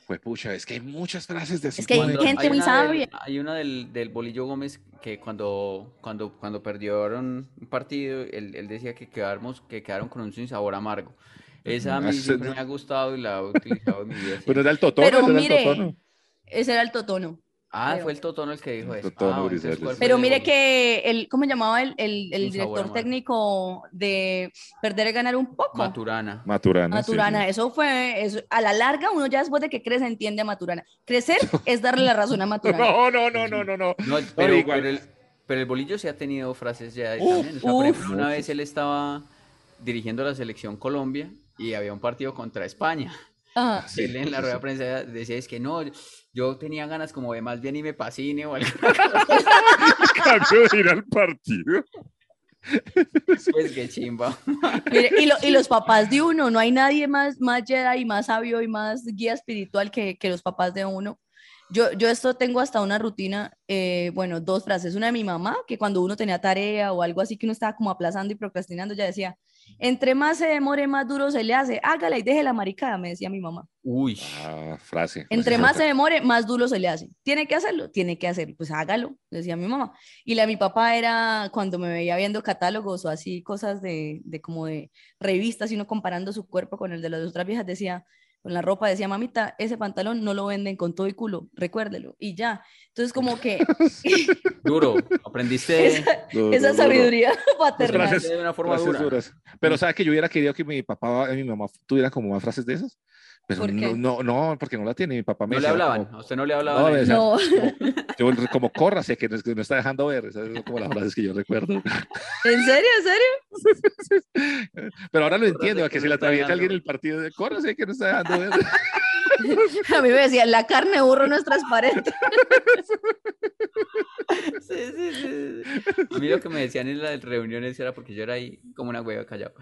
Speaker 3: Pues pucha, es que hay muchas frases de
Speaker 4: Es que hay
Speaker 3: Simón.
Speaker 4: gente muy
Speaker 2: una del-
Speaker 4: sabia.
Speaker 2: hay una del, del Bolillo Gómez que cuando, cuando, cuando perdieron un partido, él, él decía que quedaron, que quedaron con un sinsabor amargo. Esa a mí
Speaker 3: Ah, sí,
Speaker 2: siempre
Speaker 3: no.
Speaker 2: me ha gustado y la he utilizado en mi vida siempre.
Speaker 3: Pero era el totono,
Speaker 4: Pero
Speaker 3: era el
Speaker 4: mire,
Speaker 3: totono.
Speaker 4: ese era el totono.
Speaker 2: Ah,
Speaker 4: creo.
Speaker 2: fue el Totono el que dijo
Speaker 3: El
Speaker 2: eso.
Speaker 3: Totono
Speaker 2: Ah, entonces,
Speaker 3: Grisales.
Speaker 2: ¿cuál fue
Speaker 4: Pero
Speaker 2: el de
Speaker 4: mire
Speaker 2: Bolillo?
Speaker 4: que el, ¿cómo llamaba el,
Speaker 2: Un
Speaker 4: el, el
Speaker 2: sabor
Speaker 4: director
Speaker 2: amargo.
Speaker 4: técnico de perder y ganar un poco?
Speaker 2: Maturana.
Speaker 3: Maturana. sí,
Speaker 4: Maturana,
Speaker 3: sí.
Speaker 4: eso fue, eso- a la larga uno ya después de que crece entiende a Maturana. Crecer es darle la razón a Maturana.
Speaker 3: No, no, no, no, no, no.
Speaker 2: No, pero,
Speaker 3: igual.
Speaker 2: pero el, pero el bolillo sí ha tenido frases ya
Speaker 3: Uf,
Speaker 2: también. O sea, por ejemplo,
Speaker 3: uf.
Speaker 2: una vez él estaba dirigiendo la selección Colombia y había un partido contra España.
Speaker 4: Ajá.
Speaker 3: Sí,
Speaker 2: él en la
Speaker 3: sí,
Speaker 2: rueda
Speaker 3: sí.
Speaker 2: de prensa decía, es que no, yo tenía ganas como de más bien y me pasine o algo.
Speaker 3: Cambio de ir al partido.
Speaker 2: Pues qué chimba.
Speaker 4: Mire, y, lo- y los papás de uno, no hay nadie más, más Jedi y más sabio y más guía espiritual que, que los papás de uno. Yo, yo esto tengo hasta una rutina, eh, bueno, dos frases. Una de mi mamá, que cuando uno tenía tarea o algo así que uno estaba como aplazando y procrastinando, ya decía, entre más se demore, más duro se le hace, hágala y deje la maricada, me decía mi mamá.
Speaker 2: Uy.
Speaker 3: Ah, frase.
Speaker 4: Entre
Speaker 3: frase
Speaker 4: más se
Speaker 3: fuerte.
Speaker 4: demore, más duro se le hace. ¿Tiene que hacerlo? Tiene que hacerlo. Pues hágalo, decía mi mamá. Y la de mi papá era cuando me veía viendo catálogos o así, cosas de, de como de revistas y uno comparando su cuerpo con el de las otras viejas, decía, con la ropa, decía, mamita, ese pantalón no lo venden con todo y culo, recuérdelo. Y ya. Entonces como que
Speaker 2: Duro. Aprendiste
Speaker 4: esa,
Speaker 3: Duro,
Speaker 4: esa
Speaker 3: duro,
Speaker 4: sabiduría paternal.
Speaker 3: frases-
Speaker 2: aprendiste de una forma
Speaker 3: frases
Speaker 2: dura.
Speaker 3: duras. Pero ¿sabes que yo hubiera querido que mi papá y mi mamá tuvieran como más frases de esas? Pero
Speaker 4: ¿Por qué?
Speaker 3: no, no, no, porque no la tiene. Mi papá me
Speaker 2: No le
Speaker 3: decía
Speaker 2: hablaban.
Speaker 3: como-
Speaker 2: A usted no le
Speaker 3: No,
Speaker 2: hablaban.
Speaker 3: me
Speaker 2: ahí.
Speaker 3: decía,
Speaker 4: No.
Speaker 3: como, yo, como córrase, que no, que no está dejando ver. Esas son como las frases que yo recuerdo.
Speaker 4: ¿En serio? ¿En serio?
Speaker 3: Pero ahora lo entiendo,
Speaker 2: que
Speaker 3: que si
Speaker 2: no
Speaker 3: le
Speaker 2: está
Speaker 3: atraviesa
Speaker 2: dejando
Speaker 3: alguien
Speaker 2: ver.
Speaker 3: el partido de córrase, que no está dejando ver.
Speaker 4: A mí me decían, la carne burro no es transparente.
Speaker 2: Sí, sí, sí, sí. A mí lo que me decían en las reuniones era porque yo era ahí como una hueva callado.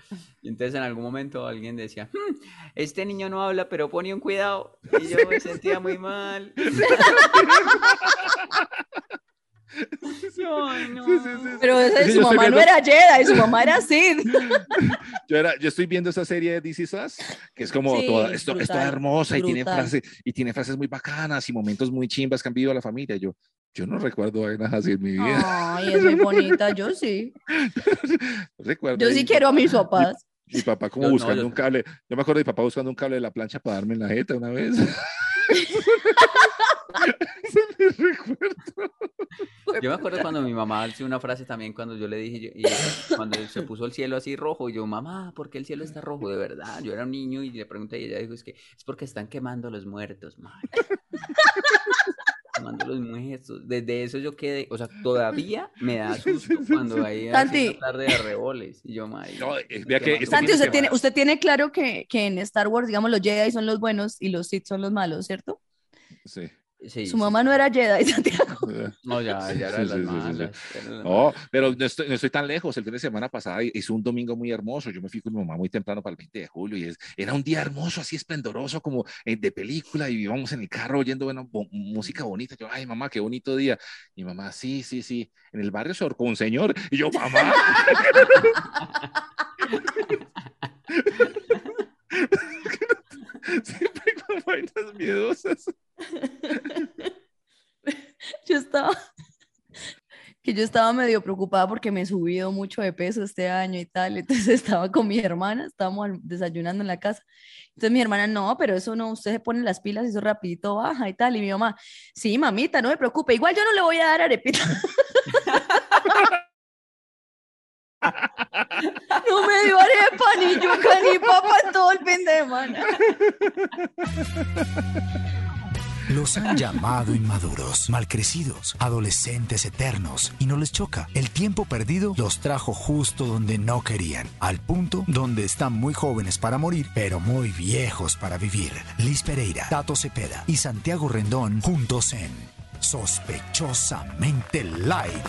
Speaker 2: Y entonces en algún momento alguien decía, "Hmm, este niño no habla, pero pone un cuidado. Y yo me sentía muy mal. Ay, no.
Speaker 3: Sí, sí, sí, sí.
Speaker 4: Pero ese-
Speaker 3: Es que
Speaker 4: su
Speaker 3: yo estoy
Speaker 4: mamá no
Speaker 3: viendo-
Speaker 4: era Jedi, su mamá era Sid.
Speaker 3: Yo, era, yo estoy viendo esa serie de This Is Us, que es como
Speaker 4: Sí,
Speaker 3: toda, esto, es toda
Speaker 4: brutal,
Speaker 3: hermosa y tiene,
Speaker 4: brutal.
Speaker 3: frases, y tiene frases muy bacanas y momentos muy chimbas que han vivido la familia. Yo, yo no recuerdo vainas así en mi
Speaker 4: Ah.
Speaker 3: vida.
Speaker 4: Ay, es muy bonita, yo sí.
Speaker 3: Recuerdo
Speaker 4: Yo
Speaker 3: ahí
Speaker 4: sí
Speaker 3: mi
Speaker 4: quiero a mis papás.
Speaker 3: Mi papá como
Speaker 2: Yo no,
Speaker 3: buscando
Speaker 2: yo-
Speaker 3: un cable. Yo me acuerdo de mi papá buscando un cable de la plancha para darme en la jeta una vez. Eso me recuerdo.
Speaker 2: Yo me acuerdo cuando mi mamá hizo una frase también cuando yo le dije, yo- y cuando se puso el cielo así rojo, y yo, mamá, ¿por qué el cielo está rojo? De verdad, yo era un niño y le pregunté y ella dijo, es que es porque están quemando los muertos, madre. Quemando los muertos. Desde eso yo quedé, o sea, todavía me da susto cuando hay
Speaker 4: Santi.
Speaker 2: una tarde de arreboles. Y yo, madre.
Speaker 3: No, eh,
Speaker 2: están
Speaker 3: vea que
Speaker 2: quemando
Speaker 4: Santi,
Speaker 3: Tiene
Speaker 4: usted
Speaker 3: que
Speaker 4: tiene,
Speaker 3: ver.
Speaker 4: usted tiene claro que, que en Star Wars, digamos, los Jedi son los buenos y los Sith son los malos, ¿cierto?
Speaker 3: Sí.
Speaker 2: Sí,
Speaker 4: Su
Speaker 2: sí.
Speaker 4: mamá no era Jedi, Santiago.
Speaker 2: No, ya, ya era
Speaker 3: Sí,
Speaker 2: de
Speaker 3: sí,
Speaker 2: las
Speaker 3: sí, sí, sí.
Speaker 2: malas, era de las
Speaker 3: No, pero no estoy, no estoy tan lejos. El fin de semana pasada hizo un domingo muy hermoso. Yo me fui con mi mamá muy temprano para el 20 de julio y es- era un día hermoso, así esplendoroso, como eh, de película. Y íbamos en el carro oyendo buena bo- música bonita. Yo, ay, mamá, qué bonito día. Y mamá, sí, sí, sí. En el barrio se ahorcó un señor. Y yo, mamá. Siempre con vainas miedosas.
Speaker 4: Yo estaba, que yo estaba medio preocupada porque me he subido mucho de peso este año y tal. Entonces estaba con mi hermana, estábamos alm- desayunando en la casa. Entonces mi hermana, no, pero eso no, usted se pone las pilas y eso rapidito baja y tal. Y mi mamá, sí, mamita, no me preocupe, igual yo no le voy a dar arepita. No me dio arepa, ni yuca, ni papa en todo el fin de semana.
Speaker 5: Los han llamado inmaduros, malcrecidos, adolescentes eternos y no les choca. El tiempo perdido los trajo justo donde no querían, al punto donde están muy jóvenes para morir, pero muy viejos para vivir. Liz Pereira, Tato Cepeda y Santiago Rendón juntos en Sospechosamente Light.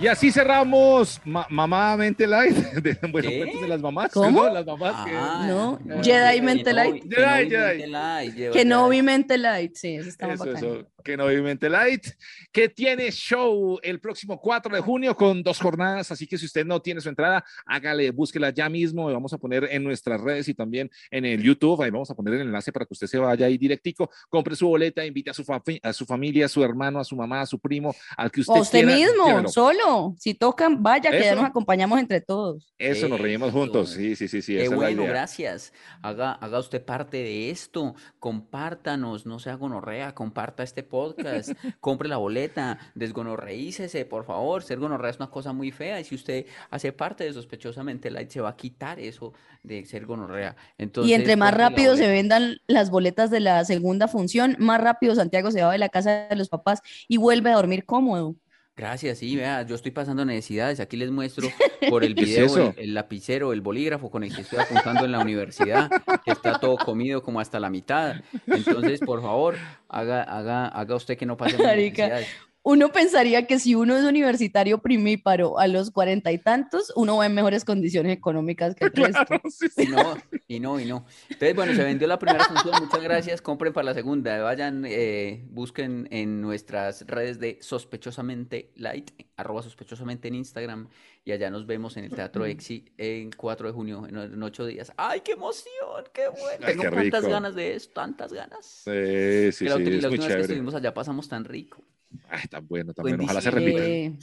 Speaker 3: Y así cerramos ma Mamadamente Live. De, bueno,
Speaker 2: ¿Qué?
Speaker 3: cuentos de las mamás.
Speaker 4: ¿Cómo?
Speaker 3: ¿no? Las mamás que.
Speaker 2: Ah,
Speaker 4: No,
Speaker 2: no,
Speaker 4: Jedi
Speaker 2: que
Speaker 4: Mente
Speaker 2: no
Speaker 4: Light.
Speaker 2: vi- que no
Speaker 3: Jedi,
Speaker 2: vi
Speaker 3: Jedi.
Speaker 2: Mente Light, Jedi.
Speaker 4: Que no vi mente light, sí, eso está muy
Speaker 3: Eso,
Speaker 4: bacano.
Speaker 3: eso, que no vive mente light, que tiene show el próximo 4 de junio con dos jornadas, así que si usted no tiene su entrada, hágale, búsquela ya mismo, vamos a poner en nuestras redes y también en el YouTube, ahí vamos a poner el enlace para que usted se vaya ahí directico, compre su boleta, invite a su, fa- a su familia, a su hermano, a su mamá, a su primo, al que usted,
Speaker 4: O a usted
Speaker 3: quiera,
Speaker 4: mismo,
Speaker 3: llévelo.
Speaker 4: solo. Si tocan, vaya, que ya
Speaker 3: Eso.
Speaker 4: nos acompañamos entre todos.
Speaker 3: Eso, nos reímos
Speaker 2: Eso. eh.
Speaker 3: juntos, sí, sí, sí, sí,
Speaker 2: Qué
Speaker 3: esa es la
Speaker 2: bueno,
Speaker 3: idea.
Speaker 2: gracias. Haga, haga usted parte de esto. Compártanos, no sea gonorrea, comparta este podcast, compre la boleta, desgonorreícese, por favor. Ser gonorrea es una cosa muy fea y si usted hace parte de sospechosamente light, se va a quitar eso de ser gonorrea. Entonces,
Speaker 4: y entre más
Speaker 2: compre la
Speaker 4: rápido se
Speaker 2: boleta.
Speaker 4: vendan las boletas de la segunda función, más rápido Santiago se va de la casa de los papás y vuelve a dormir cómodo.
Speaker 2: Gracias, sí, vea, yo estoy pasando necesidades. Aquí les muestro por el
Speaker 3: ¿Qué es
Speaker 2: video
Speaker 3: eso?
Speaker 2: el, el lapicero, el bolígrafo con el que estoy apuntando en la universidad, que está todo comido como hasta la mitad. Entonces, por favor, haga, haga, haga usted que no pase más
Speaker 4: Marica.
Speaker 2: necesidades.
Speaker 4: Uno pensaría que si uno es universitario primíparo a los cuarenta y tantos, uno va en mejores condiciones económicas que el resto.
Speaker 3: Sí, sí.
Speaker 2: Y no, y no, y no. Entonces, bueno, se vendió la primera función. Muchas gracias. Compren para la segunda. Vayan, eh, busquen en nuestras redes de sospechosamente light, arroba sospechosamente en Instagram. Y allá nos vemos en el Teatro Exi en 4 de junio, en, en ocho días. ¡Ay, qué emoción! ¡Qué bueno!
Speaker 3: Ay,
Speaker 2: Tengo
Speaker 3: qué
Speaker 2: tantas
Speaker 3: rico.
Speaker 2: ganas de esto, tantas ganas.
Speaker 3: Sí, sí,
Speaker 2: Que la, ulti-
Speaker 3: sí, es
Speaker 2: la
Speaker 3: muy
Speaker 2: última vez que
Speaker 3: chévere.
Speaker 2: estuvimos allá pasamos tan rico.
Speaker 3: Ay, tan bueno, tan
Speaker 2: Buen
Speaker 3: bueno. Ojalá se
Speaker 2: diseño.
Speaker 3: repita.
Speaker 4: Eh,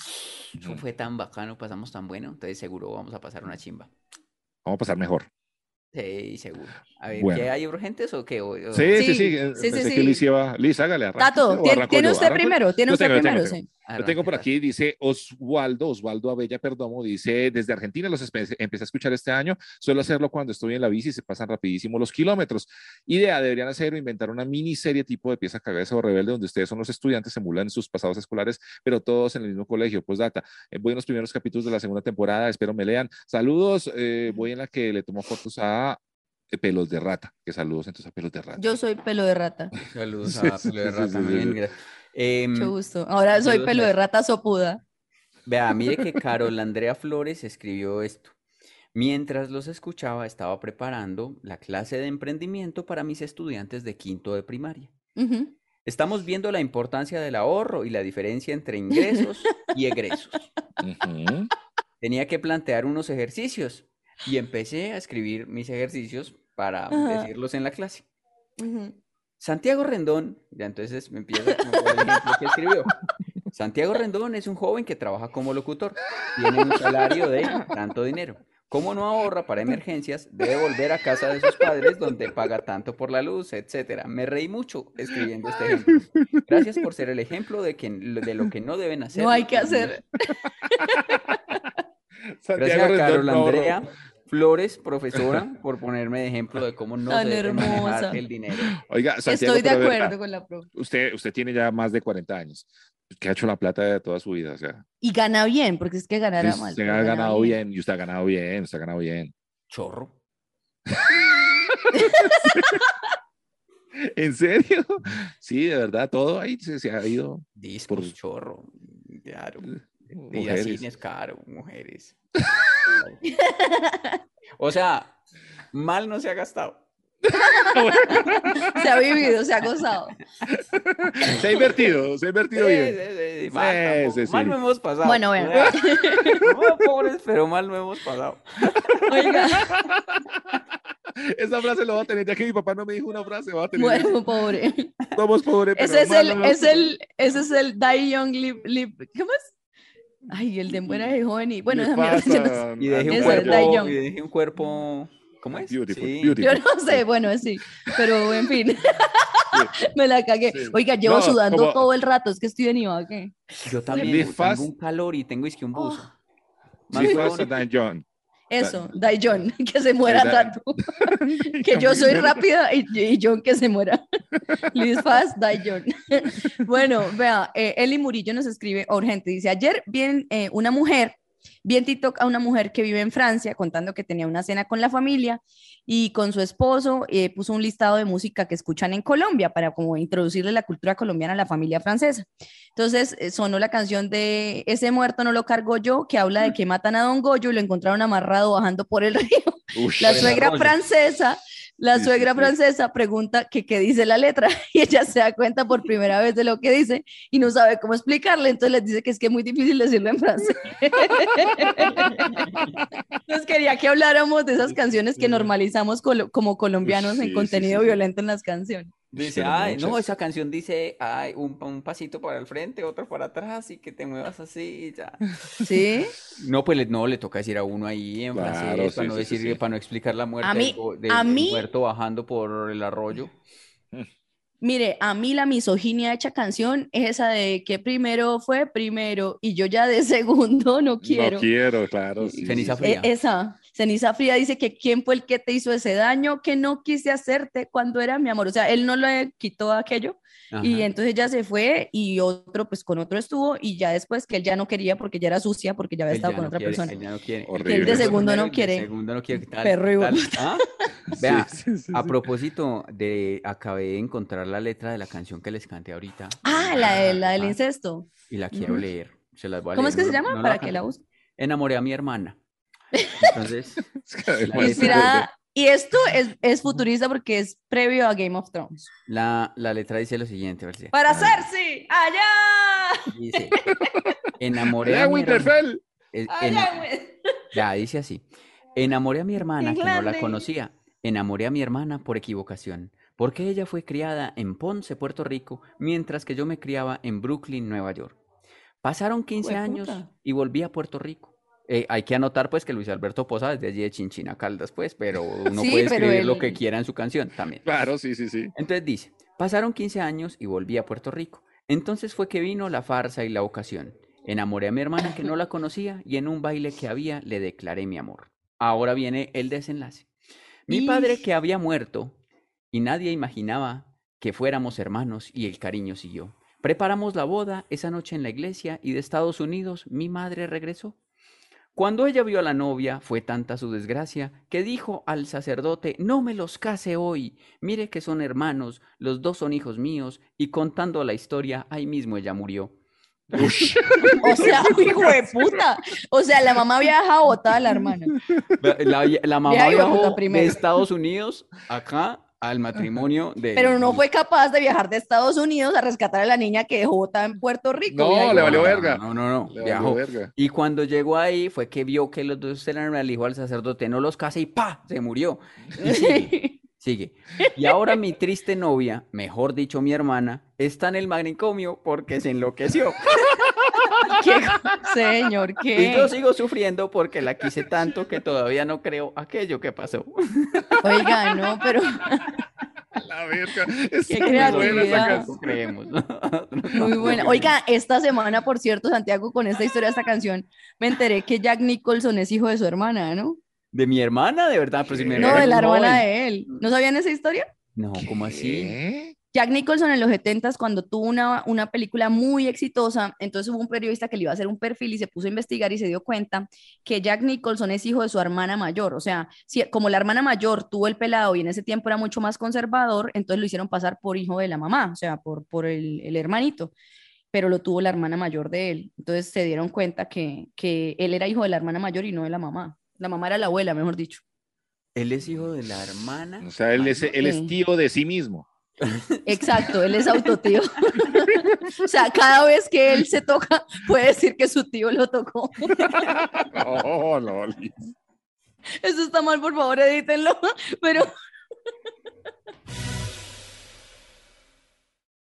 Speaker 2: Eso fue tan bacano, pasamos tan bueno. Entonces, seguro vamos a pasar una chimba.
Speaker 3: Vamos a pasar mejor.
Speaker 2: Sí, seguro. A ver,
Speaker 3: Bueno.
Speaker 2: ¿qué hay urgentes o qué? O- o-
Speaker 3: Sí, sí, sí.
Speaker 4: Sí, sí,
Speaker 3: pensé
Speaker 4: sí,
Speaker 3: que
Speaker 4: sí.
Speaker 3: Liz iba- Liz, hágale. arranque usted
Speaker 4: Tato,
Speaker 3: o
Speaker 4: tiene,
Speaker 3: arranco
Speaker 4: tiene
Speaker 3: yo,
Speaker 4: usted
Speaker 3: arranco yo.
Speaker 4: primero, tiene
Speaker 3: Yo
Speaker 4: usted
Speaker 3: tengo, yo tengo,
Speaker 4: primero,
Speaker 3: tengo.
Speaker 4: sí.
Speaker 3: Lo tengo por
Speaker 2: Arranca,
Speaker 3: aquí, dice Oswaldo, Oswaldo Abella Perdomo, dice, desde Argentina los espe- empecé a escuchar este año, suelo hacerlo cuando estoy en la bici, se pasan rapidísimo los kilómetros. Idea, deberían hacer o inventar una miniserie tipo de pieza cabeza o rebelde, donde ustedes son los estudiantes, emulan sus pasados escolares, pero todos en el mismo colegio. Pues data, eh, voy en los primeros capítulos de la segunda temporada, espero me lean. Saludos, eh, voy en la que le tomo fotos a eh, Pelos de Rata, que saludos entonces a Pelos de Rata.
Speaker 4: Yo soy pelo de rata,
Speaker 3: Mm.
Speaker 2: Saludos
Speaker 3: Sí,
Speaker 2: a
Speaker 3: sí,
Speaker 2: Pelo de
Speaker 3: sí, sí,
Speaker 2: Rata,
Speaker 3: sí,
Speaker 2: muy
Speaker 3: sí,
Speaker 2: bien,
Speaker 3: sí.
Speaker 2: gracias. Em,
Speaker 4: mucho gusto. Ahora soy
Speaker 2: saludos,
Speaker 4: pelo de
Speaker 2: Mel.
Speaker 4: rata sopuda.
Speaker 2: Vea, mire que Carol Andrea Flores escribió esto. Mientras los escuchaba, estaba preparando la clase de emprendimiento para mis estudiantes de quinto de primaria.
Speaker 4: Ujú.
Speaker 2: Estamos viendo la importancia del ahorro y la diferencia entre ingresos y egresos.
Speaker 3: Ujú.
Speaker 2: Tenía que plantear unos ejercicios y empecé a escribir mis ejercicios para
Speaker 4: Ajá.
Speaker 2: decirlos en la clase.
Speaker 4: Ujú.
Speaker 2: Santiago Rendón, ya entonces me empieza como por el ejemplo que escribió. Santiago Rendón es un joven que trabaja como locutor. Tiene un salario de tanto dinero. Como no ahorra para emergencias, debe volver a casa de sus padres donde paga tanto por la luz, etcétera. Me reí mucho escribiendo este ejemplo. Gracias por ser el ejemplo de, que, de lo que no deben hacer.
Speaker 4: No hay que hacer.
Speaker 2: Gracias a
Speaker 3: Rendón
Speaker 2: Carol
Speaker 3: Mauro.
Speaker 2: Andrea Flores, profesora, por ponerme de ejemplo de cómo no
Speaker 4: Tan
Speaker 2: se debe
Speaker 4: hermosa.
Speaker 2: manejar el dinero.
Speaker 3: Oiga, Santiago,
Speaker 4: Estoy de
Speaker 3: pero ah. venga,
Speaker 4: acuerdo con la profe.
Speaker 3: Usted, usted tiene ya más de 40 años. que ha hecho la plata de toda su vida? O sea,
Speaker 4: Y gana bien, porque es que ganará
Speaker 3: usted
Speaker 4: mal.
Speaker 3: Pues, se
Speaker 4: pero
Speaker 3: ha
Speaker 4: gana
Speaker 3: ganado bien. y usted ha ganado bien, usted ha ganado bien.
Speaker 2: Chorro.
Speaker 3: ¿En serio? Sí, de verdad, todo ahí se, se ha ido.
Speaker 2: Discos,
Speaker 3: Por-
Speaker 2: chorro. Claro. Y
Speaker 3: Mujeres.
Speaker 2: así es caro, mujeres. o sea, mal no se ha gastado.
Speaker 4: Se ha vivido, se ha gozado.
Speaker 2: este
Speaker 3: Se ha invertido, se ha invertido
Speaker 2: Sí,
Speaker 3: bien.
Speaker 2: sí, sí, Eh, mal,
Speaker 3: Sí,
Speaker 2: tampoco.
Speaker 3: sí, sí.
Speaker 2: Mal no hemos pasado.
Speaker 4: Bueno, vean.
Speaker 2: O sea, no, pobres, pero mal no hemos pasado.
Speaker 4: Oiga,
Speaker 3: Esa frase lo va a tener, ya que mi papá no me dijo una frase, va a tener.
Speaker 4: bueno, pobre.
Speaker 3: Somos pobres, pero
Speaker 4: Ese es
Speaker 3: mal
Speaker 4: el,
Speaker 3: no-
Speaker 4: es el, ese es el Die Young Live, Live- ¿cómo es? Ay, el de muera de joven y bueno,
Speaker 3: Le
Speaker 4: esa mierda, yo no sé.
Speaker 3: pasa,
Speaker 2: Y dejé un
Speaker 4: Eso,
Speaker 3: Andrea.
Speaker 4: Dai
Speaker 2: cuerpo,
Speaker 4: Young.
Speaker 2: y dejé un cuerpo, ¿cómo es?
Speaker 3: Beautiful,
Speaker 2: Sí.
Speaker 3: beautiful.
Speaker 4: Yo no sé, bueno, sí, pero en fin, me la cagué.
Speaker 3: Sí.
Speaker 4: Oiga, llevo
Speaker 3: No,
Speaker 4: sudando
Speaker 3: como-
Speaker 4: todo el rato, es que estoy en Ibagué. ¿qué?
Speaker 2: Yo
Speaker 3: Le
Speaker 2: también,
Speaker 3: fas-
Speaker 2: tengo un calor y tengo es que un
Speaker 4: Oh.
Speaker 2: buzo. Más
Speaker 3: Sí,
Speaker 2: huevón.
Speaker 3: fue Dan John.
Speaker 4: Eso, Dai John, que se muera
Speaker 3: Da-
Speaker 4: tanto. que yo soy rápida y, y John que se muera. Liz Fast, die John. bueno, vea, eh, Eli Murillo nos escribe urgente. Dice, ayer vi eh, una mujer, vi en TikTok a una mujer que vive en Francia contando que tenía una cena con la familia y con su esposo eh, puso un listado de música que escuchan en Colombia para como introducirle la cultura colombiana a la familia francesa. Entonces eh, sonó la canción de Ese muerto no lo cargo yo, que habla de que matan a Don Goyo y lo encontraron amarrado bajando por el río.
Speaker 3: Ush.
Speaker 4: La
Speaker 2: Por el
Speaker 4: suegra
Speaker 2: arroyo.
Speaker 4: francesa, la
Speaker 3: Sí, sí,
Speaker 4: suegra
Speaker 3: sí.
Speaker 4: francesa pregunta que qué dice la letra y ella se da cuenta por primera vez de lo que dice y no sabe cómo explicarle, entonces les dice que es que es muy difícil decirlo en francés. Entonces quería que habláramos de esas canciones que normalizamos colo- como colombianos
Speaker 3: Sí,
Speaker 4: en
Speaker 3: sí,
Speaker 4: contenido
Speaker 3: sí.
Speaker 4: violento en las canciones.
Speaker 2: Dice,
Speaker 3: Pero
Speaker 2: ay, no,
Speaker 3: muchas.
Speaker 2: esa canción dice, ay, un, un pasito para el frente, otro para atrás y que te muevas así y ya.
Speaker 4: ¿Sí?
Speaker 2: No, pues le- no, le toca decir a uno ahí en
Speaker 3: Claro,
Speaker 2: francés para
Speaker 3: sí,
Speaker 2: no
Speaker 3: sí, sí,
Speaker 2: decir,
Speaker 3: sí.
Speaker 2: para no explicar la muerte
Speaker 4: A
Speaker 2: del
Speaker 4: mí-
Speaker 2: go- del-
Speaker 4: a
Speaker 2: del
Speaker 4: mí-
Speaker 2: muerto bajando por el arroyo.
Speaker 4: Mire, a mí la misoginia hecha canción es esa de que primero fue primero y yo ya de segundo no quiero.
Speaker 3: No quiero, claro. sí,
Speaker 2: Ceniza
Speaker 3: sí,
Speaker 4: E-
Speaker 2: fría.
Speaker 4: Esa, Ceniza Fría dice que quién fue el que te hizo ese daño que no quise hacerte cuando era mi amor. O sea, él no le quitó aquello y
Speaker 2: Ajá.
Speaker 4: entonces ya se fue y otro, pues con otro estuvo y ya después que él ya no quería porque ya era sucia, porque ya había
Speaker 2: Él
Speaker 4: estado
Speaker 2: ya
Speaker 4: con
Speaker 2: no
Speaker 4: otra
Speaker 2: quiere,
Speaker 4: persona.
Speaker 2: él ya no quiere.
Speaker 3: Horrible. Que el de
Speaker 2: Él
Speaker 4: segundo
Speaker 2: primero,
Speaker 4: no
Speaker 2: el de
Speaker 4: quiere.
Speaker 2: segundo no quiere. tal,
Speaker 4: Perro y
Speaker 2: tal.
Speaker 4: botas.
Speaker 2: Ah,
Speaker 3: sí,
Speaker 2: Vea,
Speaker 3: sí, sí,
Speaker 2: a
Speaker 3: sí.
Speaker 2: propósito de, acabé de encontrar la letra de la canción que les canté ahorita.
Speaker 4: Ah, la, de- la del
Speaker 2: Ajá.
Speaker 4: incesto.
Speaker 2: Y la quiero
Speaker 4: Ujú.
Speaker 2: leer. Se las voy a
Speaker 4: ¿Cómo es que
Speaker 2: leer,
Speaker 4: se
Speaker 2: no-
Speaker 4: llama?
Speaker 2: no la
Speaker 4: Para que la
Speaker 2: canté.
Speaker 4: busque.
Speaker 2: Enamoré a mi hermana. Entonces,
Speaker 3: Es que además
Speaker 2: Bueno,
Speaker 4: Inspirada. Y esto es, es futurista porque es previo a Game of Thrones.
Speaker 2: la, la letra dice lo siguiente, Marcia.
Speaker 4: Para Cersei, allá.
Speaker 2: Dice,
Speaker 3: es
Speaker 2: enamoré
Speaker 3: verde.
Speaker 2: a
Speaker 3: ¡Eh,
Speaker 2: mi hermana.
Speaker 3: Winterfell!
Speaker 2: es- ena-
Speaker 4: Allá.
Speaker 2: Ya, dice así. Enamoré a mi hermana, que no la
Speaker 4: grande!
Speaker 2: conocía. Enamoré a mi hermana por equivocación, porque ella fue criada en Ponce, Puerto Rico, mientras que yo me criaba en Brooklyn, Nueva York. Pasaron 15 años
Speaker 4: ¡Jueputa!
Speaker 2: y volví a Puerto Rico. Eh, hay que anotar pues que Luis Alberto Posada es de allí de Chinchina Caldas, pues, pero uno
Speaker 4: Sí,
Speaker 2: puede
Speaker 4: pero
Speaker 2: escribir lo
Speaker 4: él-
Speaker 2: que quiera en su canción también.
Speaker 3: Claro, sí, sí, sí.
Speaker 2: Entonces dice, pasaron 15 años y volví a Puerto Rico. Entonces fue que vino la farsa y la ocasión. Enamoré a mi hermana que no la conocía y en un baile que había le declaré mi amor. Ahora viene el desenlace. Mi padre
Speaker 4: Ish.
Speaker 2: que había muerto y nadie imaginaba que fuéramos hermanos y el cariño siguió. Preparamos la boda esa noche en la iglesia y de Estados Unidos mi madre regresó. Cuando ella vio a la novia, fue tanta su desgracia que dijo al sacerdote, no me los case hoy, mire que son hermanos, los dos son hijos míos, y contando la historia, ahí mismo ella murió.
Speaker 4: O sea, hijo de puta. O sea, la mamá viaja botada a la hermana.
Speaker 2: La, la- la mamá
Speaker 4: ahí, hijo de
Speaker 2: viajó
Speaker 4: puta,
Speaker 2: de
Speaker 4: primero.
Speaker 2: Estados Unidos acá al matrimonio de...
Speaker 4: Pero no fue capaz de viajar de Estados Unidos a rescatar a la niña que dejó botada en Puerto Rico.
Speaker 3: No, le
Speaker 4: Mira, hijo de
Speaker 3: valió
Speaker 4: puta.
Speaker 3: verga.
Speaker 2: No, no, no,
Speaker 3: Le
Speaker 2: viajó.
Speaker 3: valió verga.
Speaker 2: Y cuando llegó ahí fue que vio que los dos eran hermanos, le dijo al sacerdote, no los case y ¡pa! Se murió. Y sigue. Sigue. Y ahora mi triste novia, mejor dicho mi hermana, está en el manicomio porque se enloqueció.
Speaker 4: ¿Qué señor?
Speaker 2: Y yo
Speaker 4: ¿Qué?
Speaker 2: sigo sufriendo porque la quise tanto que todavía no creo aquello que pasó.
Speaker 4: Oiga, no, pero
Speaker 3: La verga. Es
Speaker 4: Qué
Speaker 3: muy buena esa
Speaker 4: creatividad.
Speaker 3: canción.
Speaker 2: No creemos. ¿no?
Speaker 4: muy buena. Oiga, esta semana, por cierto, Santiago, con esta historia, esta canción, me enteré que Jack Nicholson es hijo de su hermana, ¿no?
Speaker 2: De mi hermana, de verdad. Pero si mi
Speaker 3: No,
Speaker 4: No,
Speaker 2: hermana
Speaker 4: de
Speaker 2: es
Speaker 4: la
Speaker 2: muy
Speaker 4: hermana
Speaker 2: joven.
Speaker 4: de él. ¿No sabían esa historia?
Speaker 2: No, ¿cómo así?
Speaker 3: ¿Qué?
Speaker 4: Jack Nicholson en los 70 cuando tuvo una, una película muy exitosa, entonces hubo un periodista que le iba a hacer un perfil y se puso a investigar y se dio cuenta que Jack Nicholson es hijo de su hermana mayor. O sea, si, como la hermana mayor tuvo el pelado y en ese tiempo era mucho más conservador, entonces lo hicieron pasar por hijo de la mamá, o sea, por, por el, el hermanito, pero lo tuvo la hermana mayor de él. Entonces se dieron cuenta que, que él era hijo de la hermana mayor y no de la mamá. La mamá era la abuela, mejor dicho.
Speaker 2: Él es hijo de la hermana.
Speaker 3: O sea, él es, él es
Speaker 4: Sí.
Speaker 3: tío de sí mismo.
Speaker 4: Exacto, él es autotío. o sea, cada vez que él se toca, puede decir que su tío lo tocó.
Speaker 3: Oh, Loli.
Speaker 4: Eso está mal, por favor, edítenlo. Pero